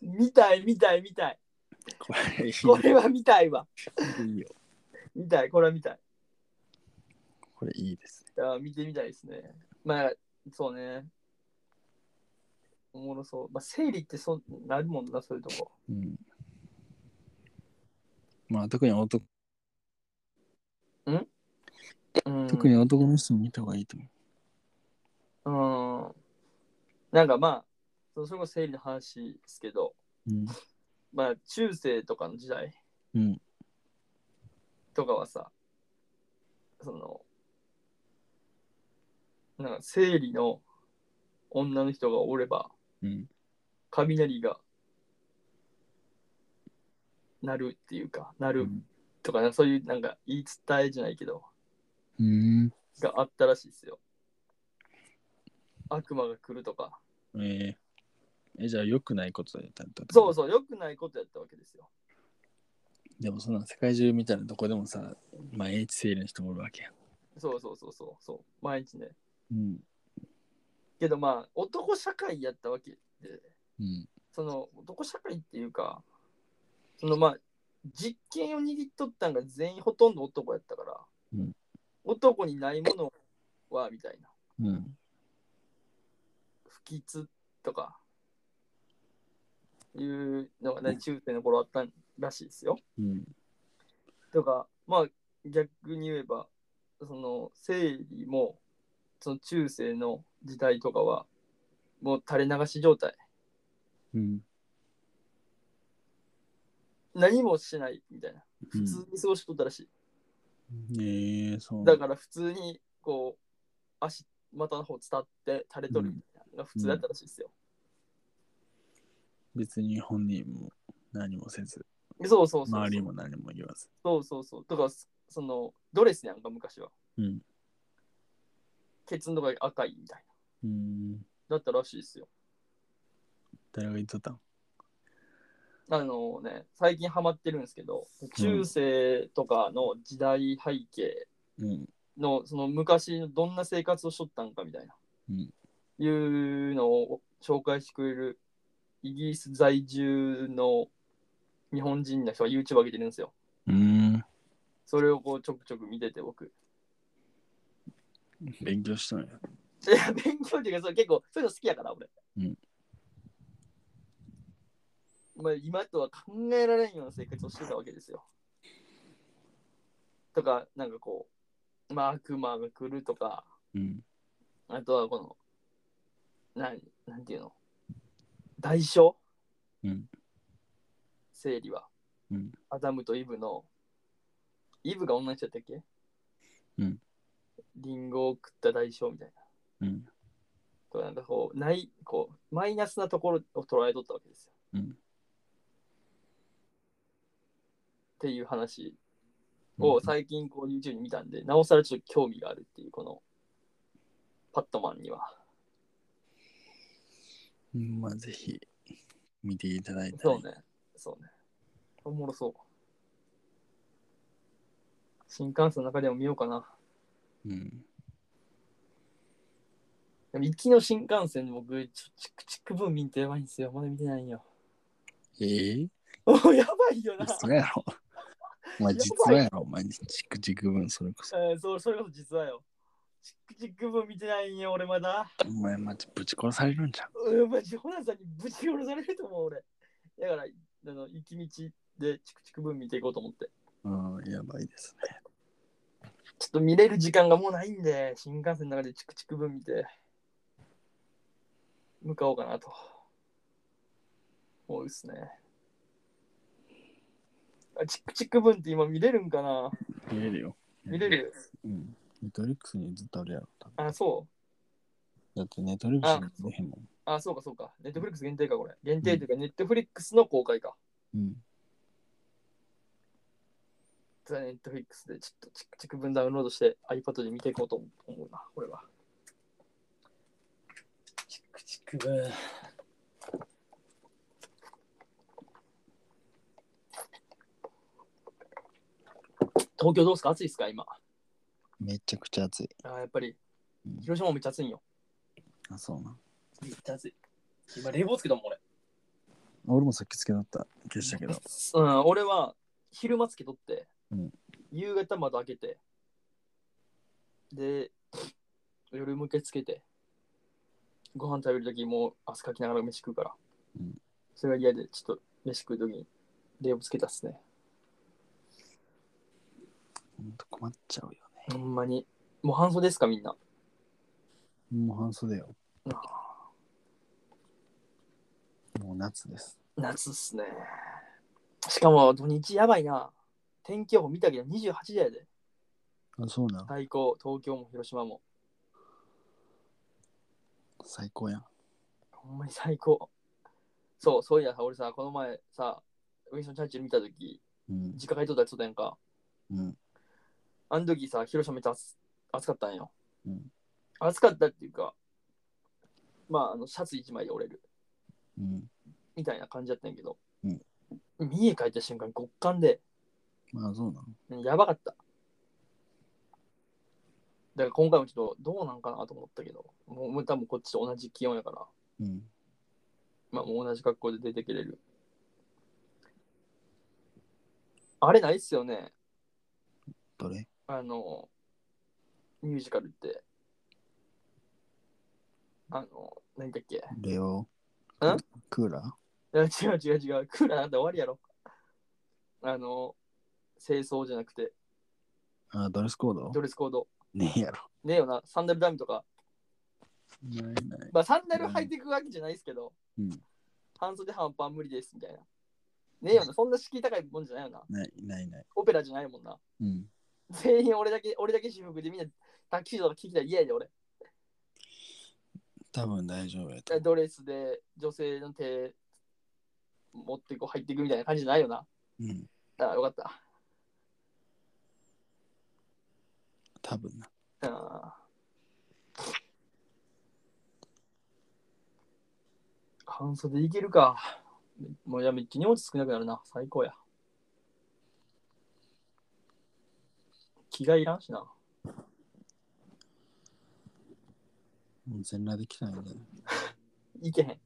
Speaker 1: 見たい見たい見たい
Speaker 2: これい
Speaker 1: こ
Speaker 2: い
Speaker 1: れは見たいわ
Speaker 2: いいよ
Speaker 1: 見たいこれは見たい
Speaker 2: これいいですね
Speaker 1: あー見てみたいですねまあそうねおもろそう、まあ、生理ってそうなるもんなそういうとこ
Speaker 2: うんまあ特に男
Speaker 1: うん
Speaker 2: 特に男の人も見た方がいいと思
Speaker 1: うんなんかまあそうそれこそ生理の話ですけど
Speaker 2: ううん
Speaker 1: まあ中世とかの時代
Speaker 2: うん
Speaker 1: とかはさそのなんか生理の女の人がおれば
Speaker 2: うん
Speaker 1: 雷が鳴るっていうか鳴るとか、ねそういうなんか言い伝えじゃないけど
Speaker 2: うん
Speaker 1: があったらしいですよ悪魔が来るとか
Speaker 2: えーえ、じゃあ良くないことだったってこと
Speaker 1: そうそう良くないことやったわけですよ
Speaker 2: でもそんな世界中みたいなとこでもさ、毎日生理の人もおるわけや。
Speaker 1: そうそうそうそうそう毎日ね
Speaker 2: うん。
Speaker 1: けどまあ男社会やったわけで
Speaker 2: うん。
Speaker 1: その男社会っていうかそのまあ実権を握っとったんが全員ほとんど男やったから、
Speaker 2: うん
Speaker 1: 男にないものはみたいな
Speaker 2: うん。
Speaker 1: 不吉とかいうのがね中世の頃あったらしいですよ。
Speaker 2: うん。
Speaker 1: とかまあ逆に言えばその生理もその中世の時代とかはもう垂れ流し状態
Speaker 2: うん。
Speaker 1: 何もしないみたいな
Speaker 2: う
Speaker 1: 普通に過ごしとったらしい。
Speaker 2: ん、えー、そう。
Speaker 1: だから普通にこう足股の方伝って垂れとるみたいなのが普通だったらしいですよ。
Speaker 2: 別に本人も何もせず、
Speaker 1: そうそうそう
Speaker 2: 周
Speaker 1: そ
Speaker 2: り
Speaker 1: う。
Speaker 2: も何も言わず。
Speaker 1: そうそうそう。とかそのドレスやんか昔は。
Speaker 2: うん。
Speaker 1: ケツのとこが赤いみたい
Speaker 2: うん。
Speaker 1: な。だったらしいですよ。
Speaker 2: 誰が言っとったん
Speaker 1: あのね、最近ハマってるんですけど、中世とかの時代背景
Speaker 2: うん。
Speaker 1: のその昔のどんな生活をしとったんかみたいな、
Speaker 2: うん
Speaker 1: いうのを紹介してくれるイギリス在住の日本人の人が YouTube 上げてるんですよ。
Speaker 2: うん。
Speaker 1: それをこうちょくちょく見てて僕。
Speaker 2: 勉強したんや。
Speaker 1: いや、勉強っていうか、それ結構そういうの好きやから俺。
Speaker 2: うん
Speaker 1: まあ、今とは考えられんような生活をしてたわけですよ。とか、なんかこう、まあ悪魔が来るとか、
Speaker 2: うん。
Speaker 1: あとはこの、なん、なんていうの代償
Speaker 2: うん
Speaker 1: 生理は。
Speaker 2: うん
Speaker 1: アダムとイブの、イブが女の人やったっけ
Speaker 2: うん。
Speaker 1: リンゴを食った代償みたいな。
Speaker 2: うん。
Speaker 1: とかなんかこう、ない、こう、マイナスなところを捉えとったわけですよ。
Speaker 2: うん
Speaker 1: っていう話を最近こう YouTube に見たんで、なおさらちょっと興味があるっていう、この、パットマンには。
Speaker 2: うんまあ、ぜひ、見ていただいた
Speaker 1: そう
Speaker 2: り。
Speaker 1: ね。そうね。おもろそう。新幹線の中でも見ようかな。
Speaker 2: うん。
Speaker 1: でも行きの新幹線で僕、ちょチクチク分見ってやばいんですよ。まだ見てないんよ。
Speaker 2: ええ
Speaker 1: おやばいよな。
Speaker 2: 嘘 やろ。お前、実はやろ。お前、チクチク分、それこそ。
Speaker 1: えーそう、それこそ実はよ。チクチク分見てないんよ、俺まだ。
Speaker 2: お前、マジぶち殺されるんじゃん。
Speaker 1: うん、マジ、ホナさんにぶち殺されると思う、俺。だから、あの行き道でチクチク分見ていこうと思って。
Speaker 2: うん、やばいですね。
Speaker 1: ちょっと見れる時間がもうないんで、新幹線の中でチクチク分見て、向かおうかなと。そうですね。あチクチク分って今見れるんかな
Speaker 2: 見れるよ。
Speaker 1: 見れる
Speaker 2: うん。ネットフリックスにずっとあるやろ。多分
Speaker 1: あ、そう。
Speaker 2: だって、ネットフリックスに出へんもん。
Speaker 1: あ、そうかそうか。ネットフリックス限定か、これ。限定というか、ネットフリックスの公開か。
Speaker 2: うん。
Speaker 1: ネットフリックスでちょっとチクチク分ダウンロードして iPad で見ていこうと思うな、これは。チクチク分。東京どうですか暑いですか今。
Speaker 2: めちゃくちゃ暑い。
Speaker 1: あーやっぱり
Speaker 2: うん。
Speaker 1: 広島もめっちゃ暑いんよ。
Speaker 2: あ、そうな。
Speaker 1: めっちゃ暑い。今冷房つけたもん俺。
Speaker 2: 俺もさっきつけだった。消したけど。
Speaker 1: うん、俺は昼間つけとって、
Speaker 2: うん
Speaker 1: 夕方窓開けて、で、夜向けつけて、ご飯食べるときもう汗かきながら飯食うから、
Speaker 2: うん
Speaker 1: それが嫌で、ちょっと飯食うときに冷房つけたっすね。
Speaker 2: ほんと困っちゃうよ
Speaker 1: ほ
Speaker 2: ね。
Speaker 1: んまに。もう半袖ですか、みんな。
Speaker 2: もう半袖よ。
Speaker 1: あ
Speaker 2: もう夏です。
Speaker 1: 夏っすね。しかも土日やばいな。天気予報見たけど28時やで。
Speaker 2: あ、そうな。
Speaker 1: 最高、東京も広島も。
Speaker 2: 最高やん。
Speaker 1: ほんまに最高。そう、そういやさ、俺さ、この前さ、ウィンソン・チャーチル見たとき、
Speaker 2: うん。
Speaker 1: 実家帰っとったやつだやんか。
Speaker 2: うん。
Speaker 1: あの時さ、広島めっちゃ暑暑かったんよ。
Speaker 2: うん
Speaker 1: 暑かったっていうか、まあ、あのシャツ一枚で折れる
Speaker 2: うん。
Speaker 1: みたいな感じだったんやけど、
Speaker 2: うん
Speaker 1: 三重帰った瞬間、極寒で、
Speaker 2: まあ、そうなの。
Speaker 1: うんやばかった。だから今回もちょっとどうなんかなと思ったけど、もうもう多分こっちと同じ気温やから、
Speaker 2: うん。
Speaker 1: まあ、もう同じ格好で出てくれる。あれないっすよね。
Speaker 2: どれ
Speaker 1: あの、ミュージカルって。あの、何だっけ。い
Speaker 2: レオ
Speaker 1: ん
Speaker 2: クーラ
Speaker 1: や違う違う違う。クーラーなんて終わりやろ。あの、清掃じゃなくて、
Speaker 2: ーあ、ドレスコード
Speaker 1: ドレスコード。
Speaker 2: ねえやろ。
Speaker 1: ねえよな、サンダルダムとか。
Speaker 2: ないない。
Speaker 1: まあ、サンダル履いていくわけじゃないですけど、
Speaker 2: うん
Speaker 1: 半袖半パン無理ですみたいな。ねえよな、そんな敷居高いもんじゃないよな。
Speaker 2: ないないない。
Speaker 1: オペラじゃないもんな。
Speaker 2: うん。
Speaker 1: 全員俺だけ、俺だけ私服でみんなタキシードとか聞きたら嫌やで俺。
Speaker 2: 多分大丈夫やと思
Speaker 1: ドレスで女性の手持ってこう入っていくみたいな感じじゃないよな。
Speaker 2: う。うん。
Speaker 1: ああ、よかった。
Speaker 2: 多分
Speaker 1: あ
Speaker 2: な。
Speaker 1: あ半袖いけるか。もうやめっちゃ荷物少なくなるな。最高や。着替えいらんしな。
Speaker 2: もう全裸できたいね。
Speaker 1: 行けへん。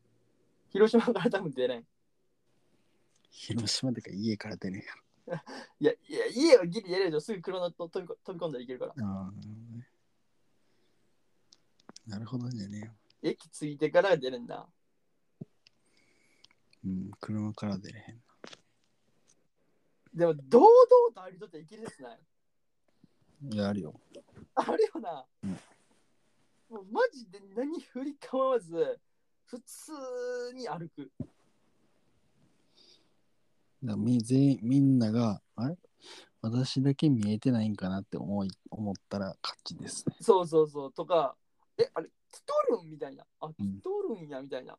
Speaker 1: 広島から多分出ない。
Speaker 2: 広島でか家から出ね
Speaker 1: いや、いや、家はギリ出れるじゃん。すぐ車と飛びこ飛び込んだら行けるから。
Speaker 2: えやん。ああ、なるほどね。なるほどじゃねえよ。
Speaker 1: 駅着いてから出るんだ。
Speaker 2: うん、車から出れへん。
Speaker 1: でも、堂々と歩いとって行けるですない。
Speaker 2: いや、あるよ。
Speaker 1: あるよな。
Speaker 2: うん
Speaker 1: もうマジで何振り構わず、普通に歩く。
Speaker 2: だからみ全員みんなが、あれ私だけ見えてないんかなって思い思ったら勝ちですね。
Speaker 1: そうそうそう。とか、え、あれ、着とるんみたいな。あ、
Speaker 2: ん
Speaker 1: 着とるんや、みたいな。あ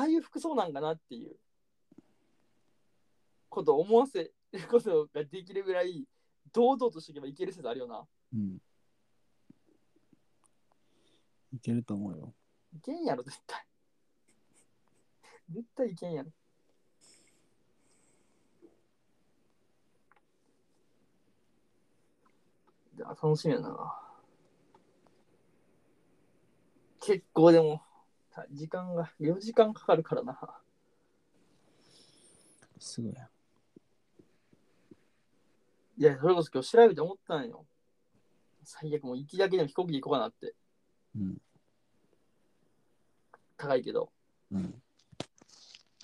Speaker 1: あいう服装なんかなっていうことを思わせることができるぐらい、堂々としていけばいける説あるよな。
Speaker 2: うん。いけると思うよ。
Speaker 1: いけんやろ、絶対。絶対いけんやろ。いや、楽しみやな。結構でも、た時間が4時間かかるからな。
Speaker 2: すごいや。
Speaker 1: いや、それこそ今日調べて思ったんよ。最悪もう行きだけでも飛行機で行こうかなって。
Speaker 2: うん。
Speaker 1: 高いけど。
Speaker 2: うん。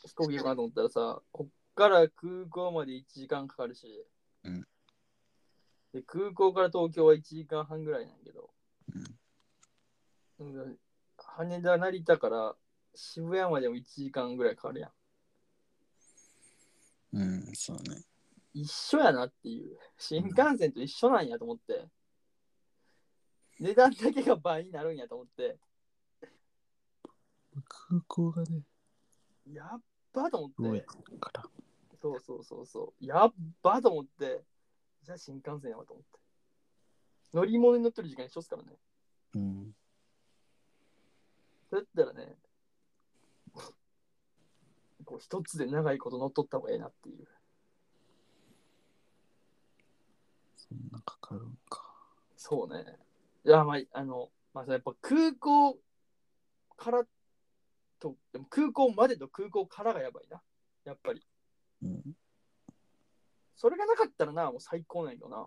Speaker 1: 飛行機行こうかなと思ったらさ、こっから空港まで1時間かかるし、
Speaker 2: うん
Speaker 1: で空港から東京は1時間半ぐらいなんやけど、うん羽田、成田から渋谷までも1時間ぐらいかかるやん。
Speaker 2: うん、そうね。
Speaker 1: 一緒やなっていう、新幹線と一緒なんやと思って、値段だけが倍になるんやと思って、
Speaker 2: 空港がね、
Speaker 1: やっばと思って。
Speaker 2: 遠いから。
Speaker 1: そうそうそうそう。やっばと思って、じゃあ新幹線やわと思って。乗り物に乗ってる時間一緒っすからね。
Speaker 2: うん。
Speaker 1: だったらね、こう一つで長いこと乗っとった方がええなっていう。
Speaker 2: そんなかかるんか。
Speaker 1: そうね。いや、まあ、あの、まあ、やっぱ空港からと、でも空港までと空港からがやばいな。やっぱり。
Speaker 2: うん。
Speaker 1: それがなかったらな、もう最高なんよな。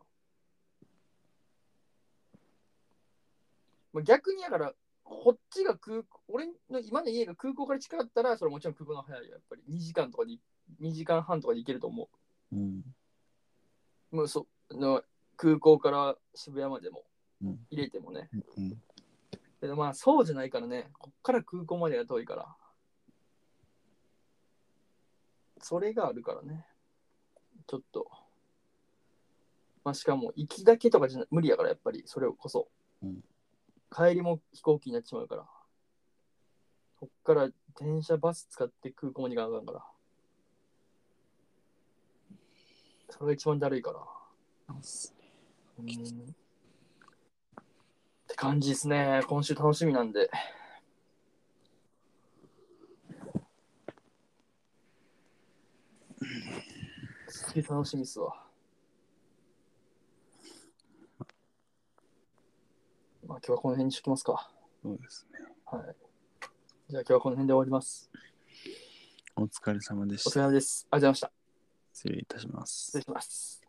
Speaker 1: まあ、逆にだから、こっちが空港、俺の今の家が空港から近かったら、それもちろん空港の方が早いよ。やっぱり2時間とかで、2時間半とかで行けると思
Speaker 2: うん。
Speaker 1: う。もうその空港から渋谷までも
Speaker 2: うん
Speaker 1: 入れてもね。
Speaker 2: うん。
Speaker 1: けどまあそうじゃないからね、こっから空港までが遠いから。それがあるからね。ちょっと。まあしかも行きだけとかじゃな無理やからやっぱりそれこそ、
Speaker 2: うん
Speaker 1: 帰りも飛行機になっちまうから。こっから電車バス使って空港まで行かなあかんから。それが一番だるいから。うんって感じですね。今週楽しみなんで。すげえ楽しみっすわ。まあ今日はこの辺にしときますか。
Speaker 2: そうですね。
Speaker 1: はい。じゃあ今日はこの辺で終わります。
Speaker 2: お疲れ様でし
Speaker 1: お疲れ
Speaker 2: た。
Speaker 1: 様です。ありがとうございました。
Speaker 2: 失礼いたします
Speaker 1: 失礼。します。